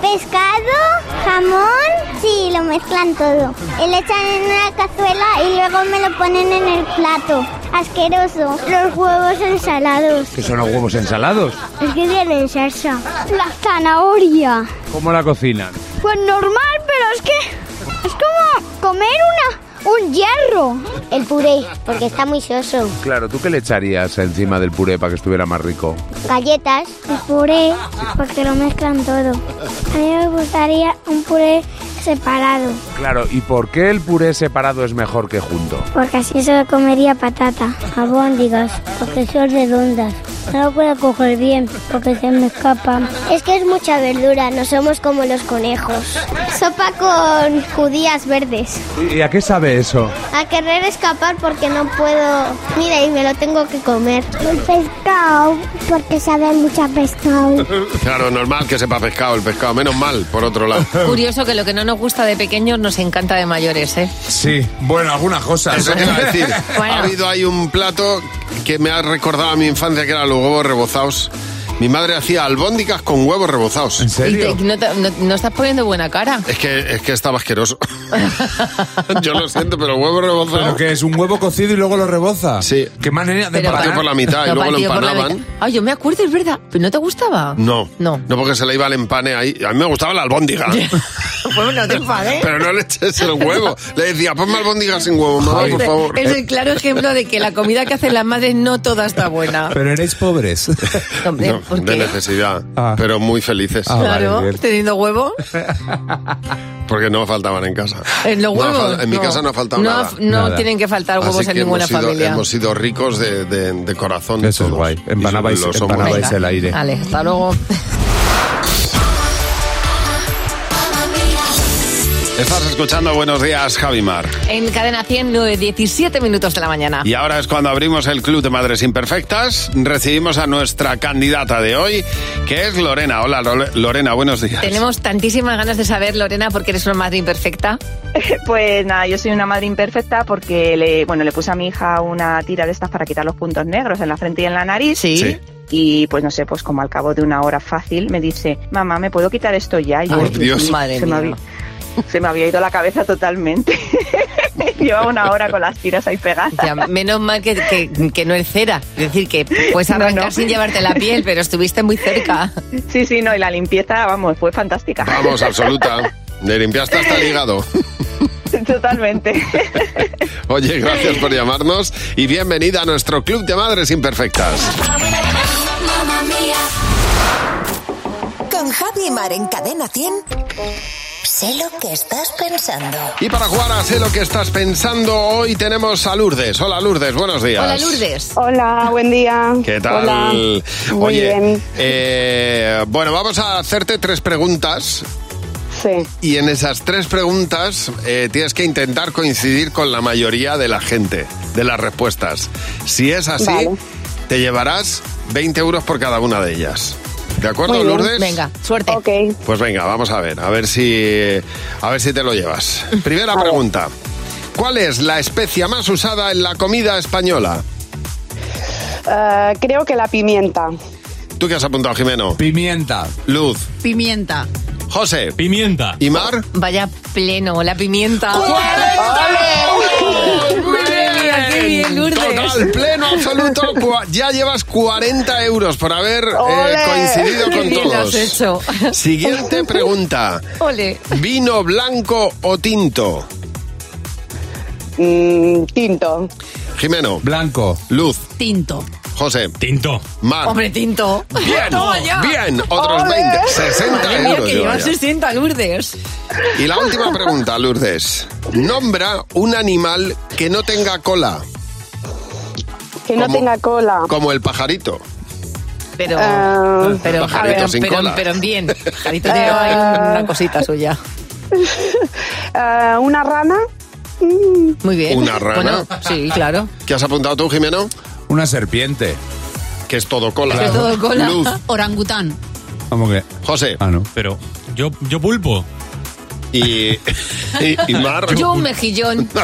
Speaker 10: pescado, jamón. Sí, lo mezclan todo. Y le echan en una cazuela y luego me lo ponen en el plato. Asqueroso. Los huevos ensalados.
Speaker 26: Que son los huevos ensalados.
Speaker 10: Es que tienen salsa. La zanahoria.
Speaker 26: ¿Cómo la cocinan?
Speaker 10: Pues normal, pero es que es como comer una, ¡Un hierro! El puré, porque está muy soso.
Speaker 8: Claro, ¿tú qué le echarías encima del puré para que estuviera más rico?
Speaker 10: Galletas. El puré, porque lo mezclan todo. A mí me gustaría un puré separado,
Speaker 8: Claro, ¿y por qué el puré separado es mejor que junto?
Speaker 10: porque así se comería patata, albóndigas, porque son redondas. No lo puedo coger bien, porque se me escapa. Es que es mucha verdura, no somos como los conejos. Sopa con judías verdes.
Speaker 8: ¿Y a qué sabe eso?
Speaker 10: A querer escapar porque no puedo. Mira, y me lo tengo que comer. El pescado, porque sabe mucho a pescado.
Speaker 3: Claro, normal que sepa pescado el pescado, menos mal, por otro lado.
Speaker 4: Curioso que lo que no nos gusta de pequeños nos encanta de mayores, ¿eh?
Speaker 8: Sí, bueno, algunas cosas. ¿eh?
Speaker 3: Eso te iba a decir. Ha habido ahí un plato que me ha recordado a mi infancia, que eran los huevos rebozados. Mi madre hacía albóndigas con huevos rebozados. ¿En
Speaker 4: Y te- no, te- no- no estás poniendo buena cara.
Speaker 3: Es que, es que estaba asqueroso. Yo lo siento, pero huevo
Speaker 8: Pero
Speaker 3: rebozado.
Speaker 8: que es un huevo cocido y luego lo reboza. Sí. Qué manera de
Speaker 4: Pero
Speaker 8: empanar?
Speaker 3: partió por la mitad y luego lo
Speaker 4: partido por la
Speaker 3: empanaban.
Speaker 4: mitad. Ah, yo me acuerdo, es verdad. ¿Pero no te gustaba?
Speaker 3: No, no. No porque se le iba el empane ahí. A mí me gustaba la albóndiga.
Speaker 4: Bueno, Pues no te enfades.
Speaker 3: Pero no le eches el huevo. Le decía, ponme albóndigas sin huevo, mamá, por favor. Eh.
Speaker 4: Es el claro ejemplo de que la comida que hacen las madres no toda está buena.
Speaker 8: Pero eres pobres.
Speaker 4: Hombre,
Speaker 3: No, de necesidad, pero muy
Speaker 4: Ah,
Speaker 3: felices.
Speaker 4: claro, teniendo huevo.
Speaker 3: Porque no faltaban en casa.
Speaker 4: En Eh, los
Speaker 3: No ha
Speaker 4: huevos.
Speaker 3: fal- en mi casa no ha faltado
Speaker 4: no,
Speaker 3: nada.
Speaker 4: ha- No
Speaker 3: Nada.
Speaker 4: tienen que faltar huevos
Speaker 3: Así
Speaker 4: en
Speaker 3: que
Speaker 4: ninguna
Speaker 3: hemos sido-
Speaker 4: familia.
Speaker 3: Hemos sido ricos de, de- de corazón. Eso es guay.
Speaker 8: Empanabais- empanabais el aire.
Speaker 4: Vale, hasta luego.
Speaker 3: Estás escuchando Buenos Días, Javimar.
Speaker 4: En cadena 100, 9, 17 minutos de la mañana.
Speaker 3: Y ahora es cuando abrimos el Club de Madres Imperfectas. Recibimos a nuestra candidata de hoy, que es Lorena. Hola, Lore- Lorena, buenos días.
Speaker 4: Tenemos tantísimas ganas de saber, Lorena, porque eres una madre imperfecta.
Speaker 25: Pues nada, yo soy una madre imperfecta porque le, bueno, le puse a mi hija una tira de estas para quitar los puntos negros en la frente y en la nariz.
Speaker 3: Sí.
Speaker 25: Y pues no sé, pues como al cabo de una hora fácil me dice, mamá, ¿me puedo quitar esto ya? Y yo,
Speaker 3: Por Dios.
Speaker 25: se
Speaker 3: Madre
Speaker 25: me
Speaker 3: mía.
Speaker 25: había- se me había ido la cabeza totalmente. Llevaba una hora con las tiras ahí pegadas.
Speaker 4: Ya, menos mal que, que- que no es cera. Es decir, que puedes arrancar sin llevarte la piel, pero estuviste muy cerca.
Speaker 25: Sí, sí, no, y la limpieza, vamos, fue fantástica.
Speaker 3: Vamos, absoluta. Le limpiaste hasta el hígado.
Speaker 25: Totalmente.
Speaker 3: Oye, gracias por llamarnos y bienvenida a nuestro Club de Madres Imperfectas.
Speaker 27: Con Javi Mar en Cadena 100. Sé lo que estás pensando.
Speaker 3: Y para jugar a Sé lo que estás pensando, hoy tenemos a Lourdes. Hola Lourdes, buenos días.
Speaker 4: Lourdes.
Speaker 24: Hola, buen día.
Speaker 3: ¿Qué tal?
Speaker 24: Hola. Muy
Speaker 3: Oye,
Speaker 24: bien.
Speaker 3: eh, bueno, vamos a hacerte tres preguntas.
Speaker 24: Sí.
Speaker 3: Y en esas tres preguntas eh, tienes que intentar coincidir con la mayoría de la gente, de las respuestas. Si es así,
Speaker 24: Vale.
Speaker 3: te llevarás 20 euros por cada una de ellas. ¿De acuerdo,
Speaker 4: Muy bien.
Speaker 3: Lourdes?
Speaker 4: Venga, suerte.
Speaker 3: Pues venga, vamos a ver, a ver si, a ver si te lo llevas. Primera pregunta. ¿Cuál es la especia más usada en la comida española?
Speaker 25: Ah,
Speaker 24: Eh, creo que la pimienta.
Speaker 3: ¿Tú qué has apuntado, Jimeno? Pimienta. Luz.
Speaker 4: Pimienta.
Speaker 3: José. Pimienta. ¿Y Mar?
Speaker 4: Vaya pleno, la pimienta. Madre mía, qué bien, Lourdes.
Speaker 3: Total, pleno absoluto. cua- Ya llevas 40 euros por haber eh,
Speaker 4: Ole.
Speaker 3: coincidido con
Speaker 4: Qué bien lo has
Speaker 3: todos.
Speaker 4: hecho.
Speaker 3: Siguiente pregunta.
Speaker 4: Ole.
Speaker 3: ¿Vino blanco o tinto?
Speaker 4: Mm,
Speaker 24: tinto.
Speaker 3: Jimeno. Blanco. Luz.
Speaker 4: Tinto.
Speaker 3: José. Tinto. Mar.
Speaker 4: Hombre, tinto.
Speaker 3: Bien,
Speaker 4: Toma ya.
Speaker 3: bien, otros 20, 60
Speaker 4: Madre mía,
Speaker 3: euros
Speaker 4: que
Speaker 3: lleva
Speaker 4: llevas
Speaker 3: ya.
Speaker 4: 60 Lourdes.
Speaker 3: Y la última pregunta, Lourdes. Nombra un animal que no tenga cola.
Speaker 24: Que no
Speaker 3: Como-
Speaker 24: tenga cola.
Speaker 3: Como el pajarito.
Speaker 4: Pero,
Speaker 25: Ah,
Speaker 24: Eh,
Speaker 4: pero,
Speaker 3: Un Ah, pajarito
Speaker 4: pero-
Speaker 3: sin
Speaker 4: pero-
Speaker 3: cola.
Speaker 4: pero bien. Jarito tiene ahí
Speaker 25: Ah,
Speaker 4: una cosita suya.
Speaker 24: Eh, ¿Una rana?
Speaker 25: Mm.
Speaker 4: Muy bien.
Speaker 3: Una rana.
Speaker 4: ¿Eh? Bueno, sí, claro.
Speaker 3: ¿Qué has apuntado tú, Jimeno? Una serpiente. Que es todo cola.
Speaker 1: Sobre todo cola.
Speaker 3: Luz.
Speaker 1: Orangután.
Speaker 3: ¿Cómo que? José. Ah, no. Pero yo, yo pulpo. Y, y, y Mar.
Speaker 4: Yo un mejillón.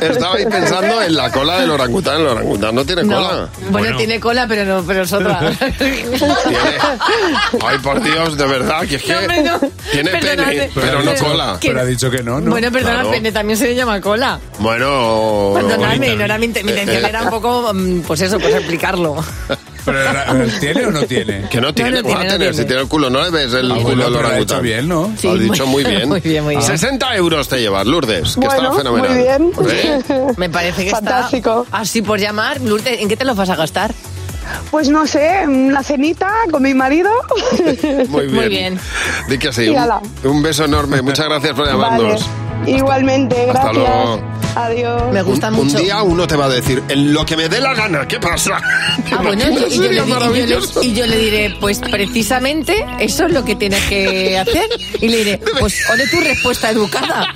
Speaker 3: Estabais pensando en la cola del orangután. El orangután no tiene
Speaker 4: No.
Speaker 3: cola.
Speaker 4: Bueno, tiene cola, pero no, pero es otra.
Speaker 3: Ay, por Dios, de verdad, que es que
Speaker 4: No, hombre, no.
Speaker 3: tiene
Speaker 4: Perdónate.
Speaker 3: pene, eh, pero no
Speaker 4: Pero-
Speaker 3: cola.
Speaker 4: que- Pero ha
Speaker 3: dicho que no,
Speaker 4: Bueno, perdona, pene también se le llama cola.
Speaker 3: Bueno... Oh, Eh,
Speaker 4: Perdóname, no era mi, inte- mi intención era un poco, mm, pues eso, pues explicarlo.
Speaker 8: Pero, ¿Tiene o no tiene?
Speaker 3: Que no tiene,
Speaker 8: no
Speaker 3: ¿cómo va a
Speaker 8: tiene, no
Speaker 3: tener?
Speaker 8: tiene.
Speaker 3: Si tiene el culo, ¿no le ves el
Speaker 8: Ah, bueno,
Speaker 3: culo al
Speaker 8: pero lo ha
Speaker 3: orangután?
Speaker 8: hecho bien, ¿no?
Speaker 3: lo ha
Speaker 8: Sí,
Speaker 3: dicho muy
Speaker 8: muy-
Speaker 3: bien.
Speaker 8: muy bien, muy bien.
Speaker 3: 60 euros te llevas, Lourdes, que está fenomenal.
Speaker 4: muy
Speaker 3: ¿Eh?
Speaker 4: bien. Me parece que está así por llamar. Lourdes, ¿en qué te los vas a gastar?
Speaker 25: Pues no sé, una cenita con mi marido.
Speaker 3: Muy bien. Di que sí,
Speaker 25: Y ala.
Speaker 3: un, un beso enorme. Muchas gracias por llamarnos.
Speaker 25: Vale. Igualmente, gracias.
Speaker 3: Hasta luego.
Speaker 25: Adiós.
Speaker 3: un, Un día uno te va a decir, en lo que me dé la gana, ¿qué pasa?
Speaker 4: Ah, bueno, y yo,
Speaker 3: Imagínate,
Speaker 4: y yo le,
Speaker 3: sería
Speaker 4: di- y yo le-
Speaker 3: maravilloso.
Speaker 4: y yo le diré, pues precisamente eso es lo que tienes que hacer. Y le diré, pues o de tu respuesta educada.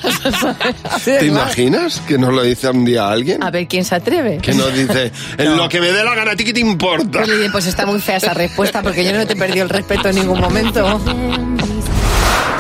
Speaker 3: ¿Te imaginas que nos lo dice un día alguien?
Speaker 4: A ver quién se atreve.
Speaker 3: Que nos dice, en lo que me dé la gana, ¿a ti qué te importa?
Speaker 4: Yo le diré, pues está muy fea esa respuesta porque yo no te he perdido el respeto en ningún momento.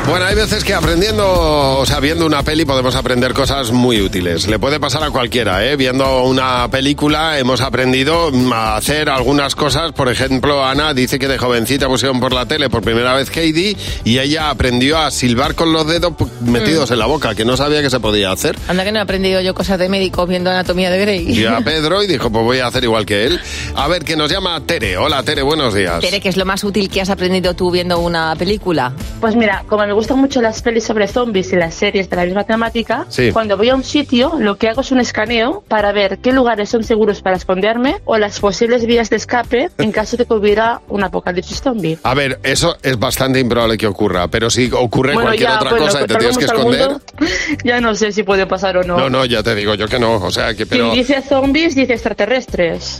Speaker 3: Bueno, hay veces que aprendiendo, o sea, viendo una peli podemos aprender cosas muy útiles. Le puede pasar a cualquiera, ¿eh? Viendo una película hemos aprendido mm, a hacer algunas cosas. Por ejemplo, Ana dice que de jovencita pusieron por la tele por primera vez Heidi y ella aprendió a silbar con los dedos pu-
Speaker 11: Mm.
Speaker 3: metidos en la boca, que no sabía que se podía hacer.
Speaker 4: Anda que no he aprendido yo cosas de médicos viendo Anatomía de Grey.
Speaker 3: Vio a Pedro y dijo, pues voy a hacer igual que él. A ver, que nos llama Tere. Hola, Tere, buenos días.
Speaker 4: Tere, ¿qué es lo más útil que has aprendido tú viendo una película?
Speaker 11: Pues mira, como me gustan mucho las pelis sobre zombies y las series de la misma temática,
Speaker 3: Sí.
Speaker 11: cuando voy a un sitio lo que hago es un escaneo para ver qué lugares son seguros para esconderme o las posibles vías de escape en caso de que hubiera un apocalipsis zombie.
Speaker 3: A ver, eso es bastante improbable que ocurra, pero si ocurre
Speaker 11: Bueno,
Speaker 3: cualquier
Speaker 11: ya, pues,
Speaker 3: otra
Speaker 11: bueno,
Speaker 3: cosa y te
Speaker 11: tal
Speaker 3: tienes que
Speaker 11: como está
Speaker 3: esconder...
Speaker 11: el mundo, ya no sé si puede pasar o no.
Speaker 3: No, no, ya te digo yo que no. O sea, que pero.
Speaker 11: Quien dice zombies dice extraterrestres.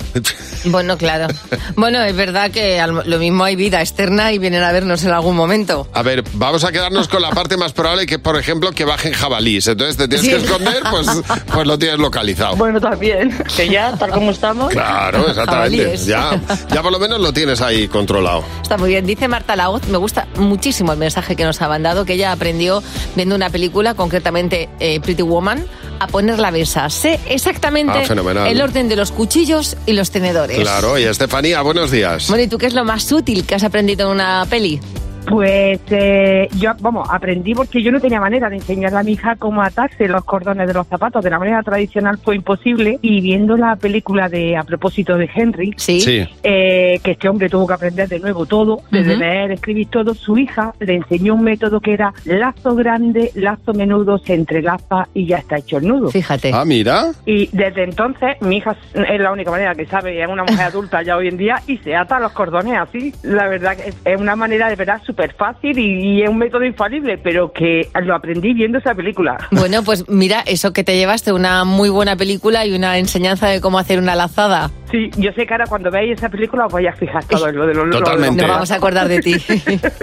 Speaker 4: Bueno, claro. Bueno, es verdad que al- lo mismo hay vida externa y vienen a vernos en algún momento.
Speaker 3: A ver, vamos a quedarnos con la parte más probable que, por ejemplo, que bajen jabalís. Entonces te tienes
Speaker 11: Sí.
Speaker 3: que esconder, pues, pues lo tienes localizado.
Speaker 11: Bueno, también, que ya, tal como estamos.
Speaker 4: pues,
Speaker 3: Claro, exactamente.
Speaker 4: Jabalíes.
Speaker 3: Ya, ya por lo menos lo tienes ahí controlado.
Speaker 4: Está muy bien. Dice Marta Laoz, me gusta muchísimo el mensaje que nos ha mandado, que ella aprendió viendo una película, concretamente eh, Pretty Woman, a poner la mesa. Sé exactamente
Speaker 3: Ah, fenomenal.
Speaker 4: el orden de los cuchillos y los tenedores.
Speaker 3: Claro, y Estefanía, buenos días.
Speaker 4: Bueno, ¿y tú qué es lo más útil que has aprendido en una peli?
Speaker 12: Pues eh, yo, vamos, aprendí porque yo no tenía manera de enseñarle a mi hija cómo atarse los cordones de los zapatos. De la manera tradicional fue imposible. Y viendo la película de A propósito de Henry,
Speaker 3: Sí.
Speaker 12: eh, que este hombre tuvo que aprender de nuevo todo, desde leer, escribir todo, su hija le enseñó un método que era lazo grande, lazo menudo, se entrelaza y ya está hecho el nudo.
Speaker 4: Fíjate.
Speaker 3: Ah, mira.
Speaker 12: Y desde entonces mi hija es la única manera que sabe, es una mujer adulta ya hoy en día y se ata los cordones así. La verdad que es- es una manera de verdad súper fácil y, y es un método infalible, pero que lo aprendí viendo esa película.
Speaker 4: Bueno, pues mira, eso que te llevaste, una muy buena película y una enseñanza de cómo hacer una lazada.
Speaker 12: Sí, yo sé que ahora cuando veáis esa película os vais a fijar todo en lo de los lo de los
Speaker 3: Totalmente.
Speaker 4: Nos vamos a acordar de ti.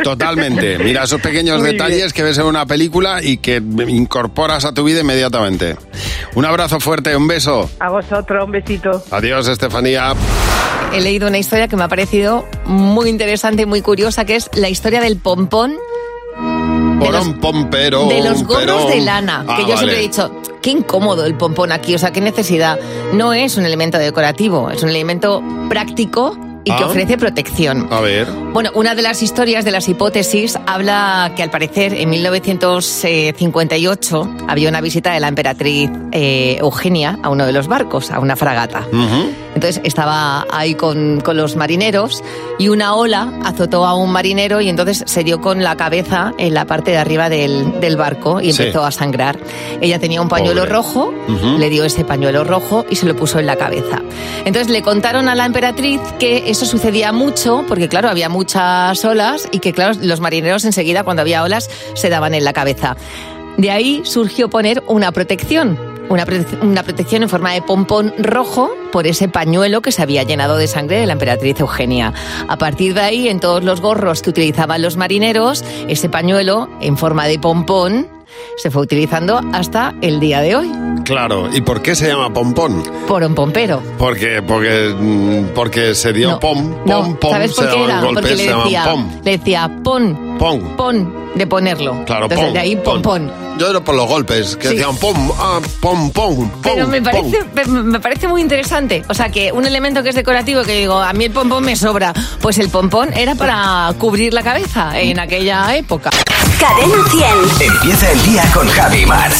Speaker 3: Totalmente. Mira, esos pequeños
Speaker 12: Muy
Speaker 3: detalles que ves en una película y que incorporas a tu vida inmediatamente. Un abrazo fuerte, un beso.
Speaker 12: A vosotros, un besito.
Speaker 3: Adiós, Estefanía.
Speaker 4: He leído una historia que me ha parecido muy interesante y muy curiosa, que es la historia del pompón
Speaker 3: Porón, pompero.
Speaker 4: de los gorros
Speaker 3: perón.
Speaker 4: de lana,
Speaker 3: Ah,
Speaker 4: que yo siempre
Speaker 3: vale.
Speaker 4: he dicho, qué incómodo el pompón aquí, o sea, qué necesidad. No es un elemento decorativo, es un elemento práctico y que
Speaker 3: Ah.
Speaker 4: ofrece protección.
Speaker 3: A ver.
Speaker 4: Bueno, una de las historias de las hipótesis habla que al parecer en 1958 había una visita de la emperatriz eh, Eugenia a uno de los barcos, a una fragata. Entonces estaba ahí con, con los marineros y una ola azotó a un marinero y entonces se dio con la cabeza en la parte de arriba del, del barco y
Speaker 13: Sí.
Speaker 4: empezó a sangrar. Ella tenía un pañuelo
Speaker 13: Pobre.
Speaker 4: rojo,
Speaker 13: Ujú.
Speaker 4: le dio ese pañuelo rojo y se lo puso en la cabeza. Entonces le contaron a la emperatriz que eso sucedía mucho porque claro, había muchas olas y que claro, los marineros enseguida cuando había olas se daban en la cabeza. De ahí surgió poner una protección, una, prote- una protección en forma de pompón rojo por ese pañuelo que se había llenado de sangre de la emperatriz Eugenia. A partir de ahí, en todos los gorros que utilizaban los marineros, ese pañuelo en forma de pompón se fue utilizando hasta el día de hoy
Speaker 3: Claro, ¿y por qué se llama pompón?
Speaker 4: por un pompero.
Speaker 3: Porque, porque, mm, porque se dio pom, pom,
Speaker 4: No,
Speaker 3: pom,
Speaker 4: ¿sabes
Speaker 3: se
Speaker 4: por qué
Speaker 3: daban
Speaker 4: era?
Speaker 3: golpes,
Speaker 4: Porque le
Speaker 3: se daban
Speaker 4: decía,
Speaker 3: pom.
Speaker 4: le decía pon,
Speaker 3: pon,
Speaker 4: de ponerlo.
Speaker 3: Claro,
Speaker 4: Entonces
Speaker 3: pom,
Speaker 4: de ahí pom, pon.
Speaker 3: Yo era por los golpes, que
Speaker 4: Sí.
Speaker 3: decían pom, ah, pom, pom, pom.
Speaker 4: Pero me
Speaker 3: pom.
Speaker 4: parece, pe- me parece muy interesante. O sea, que un elemento que es decorativo, que digo, a mí el pompón me sobra. Pues el pompón era para cubrir la cabeza en aquella época.
Speaker 1: Cadena 100.
Speaker 14: Empieza el día con Javi Mar.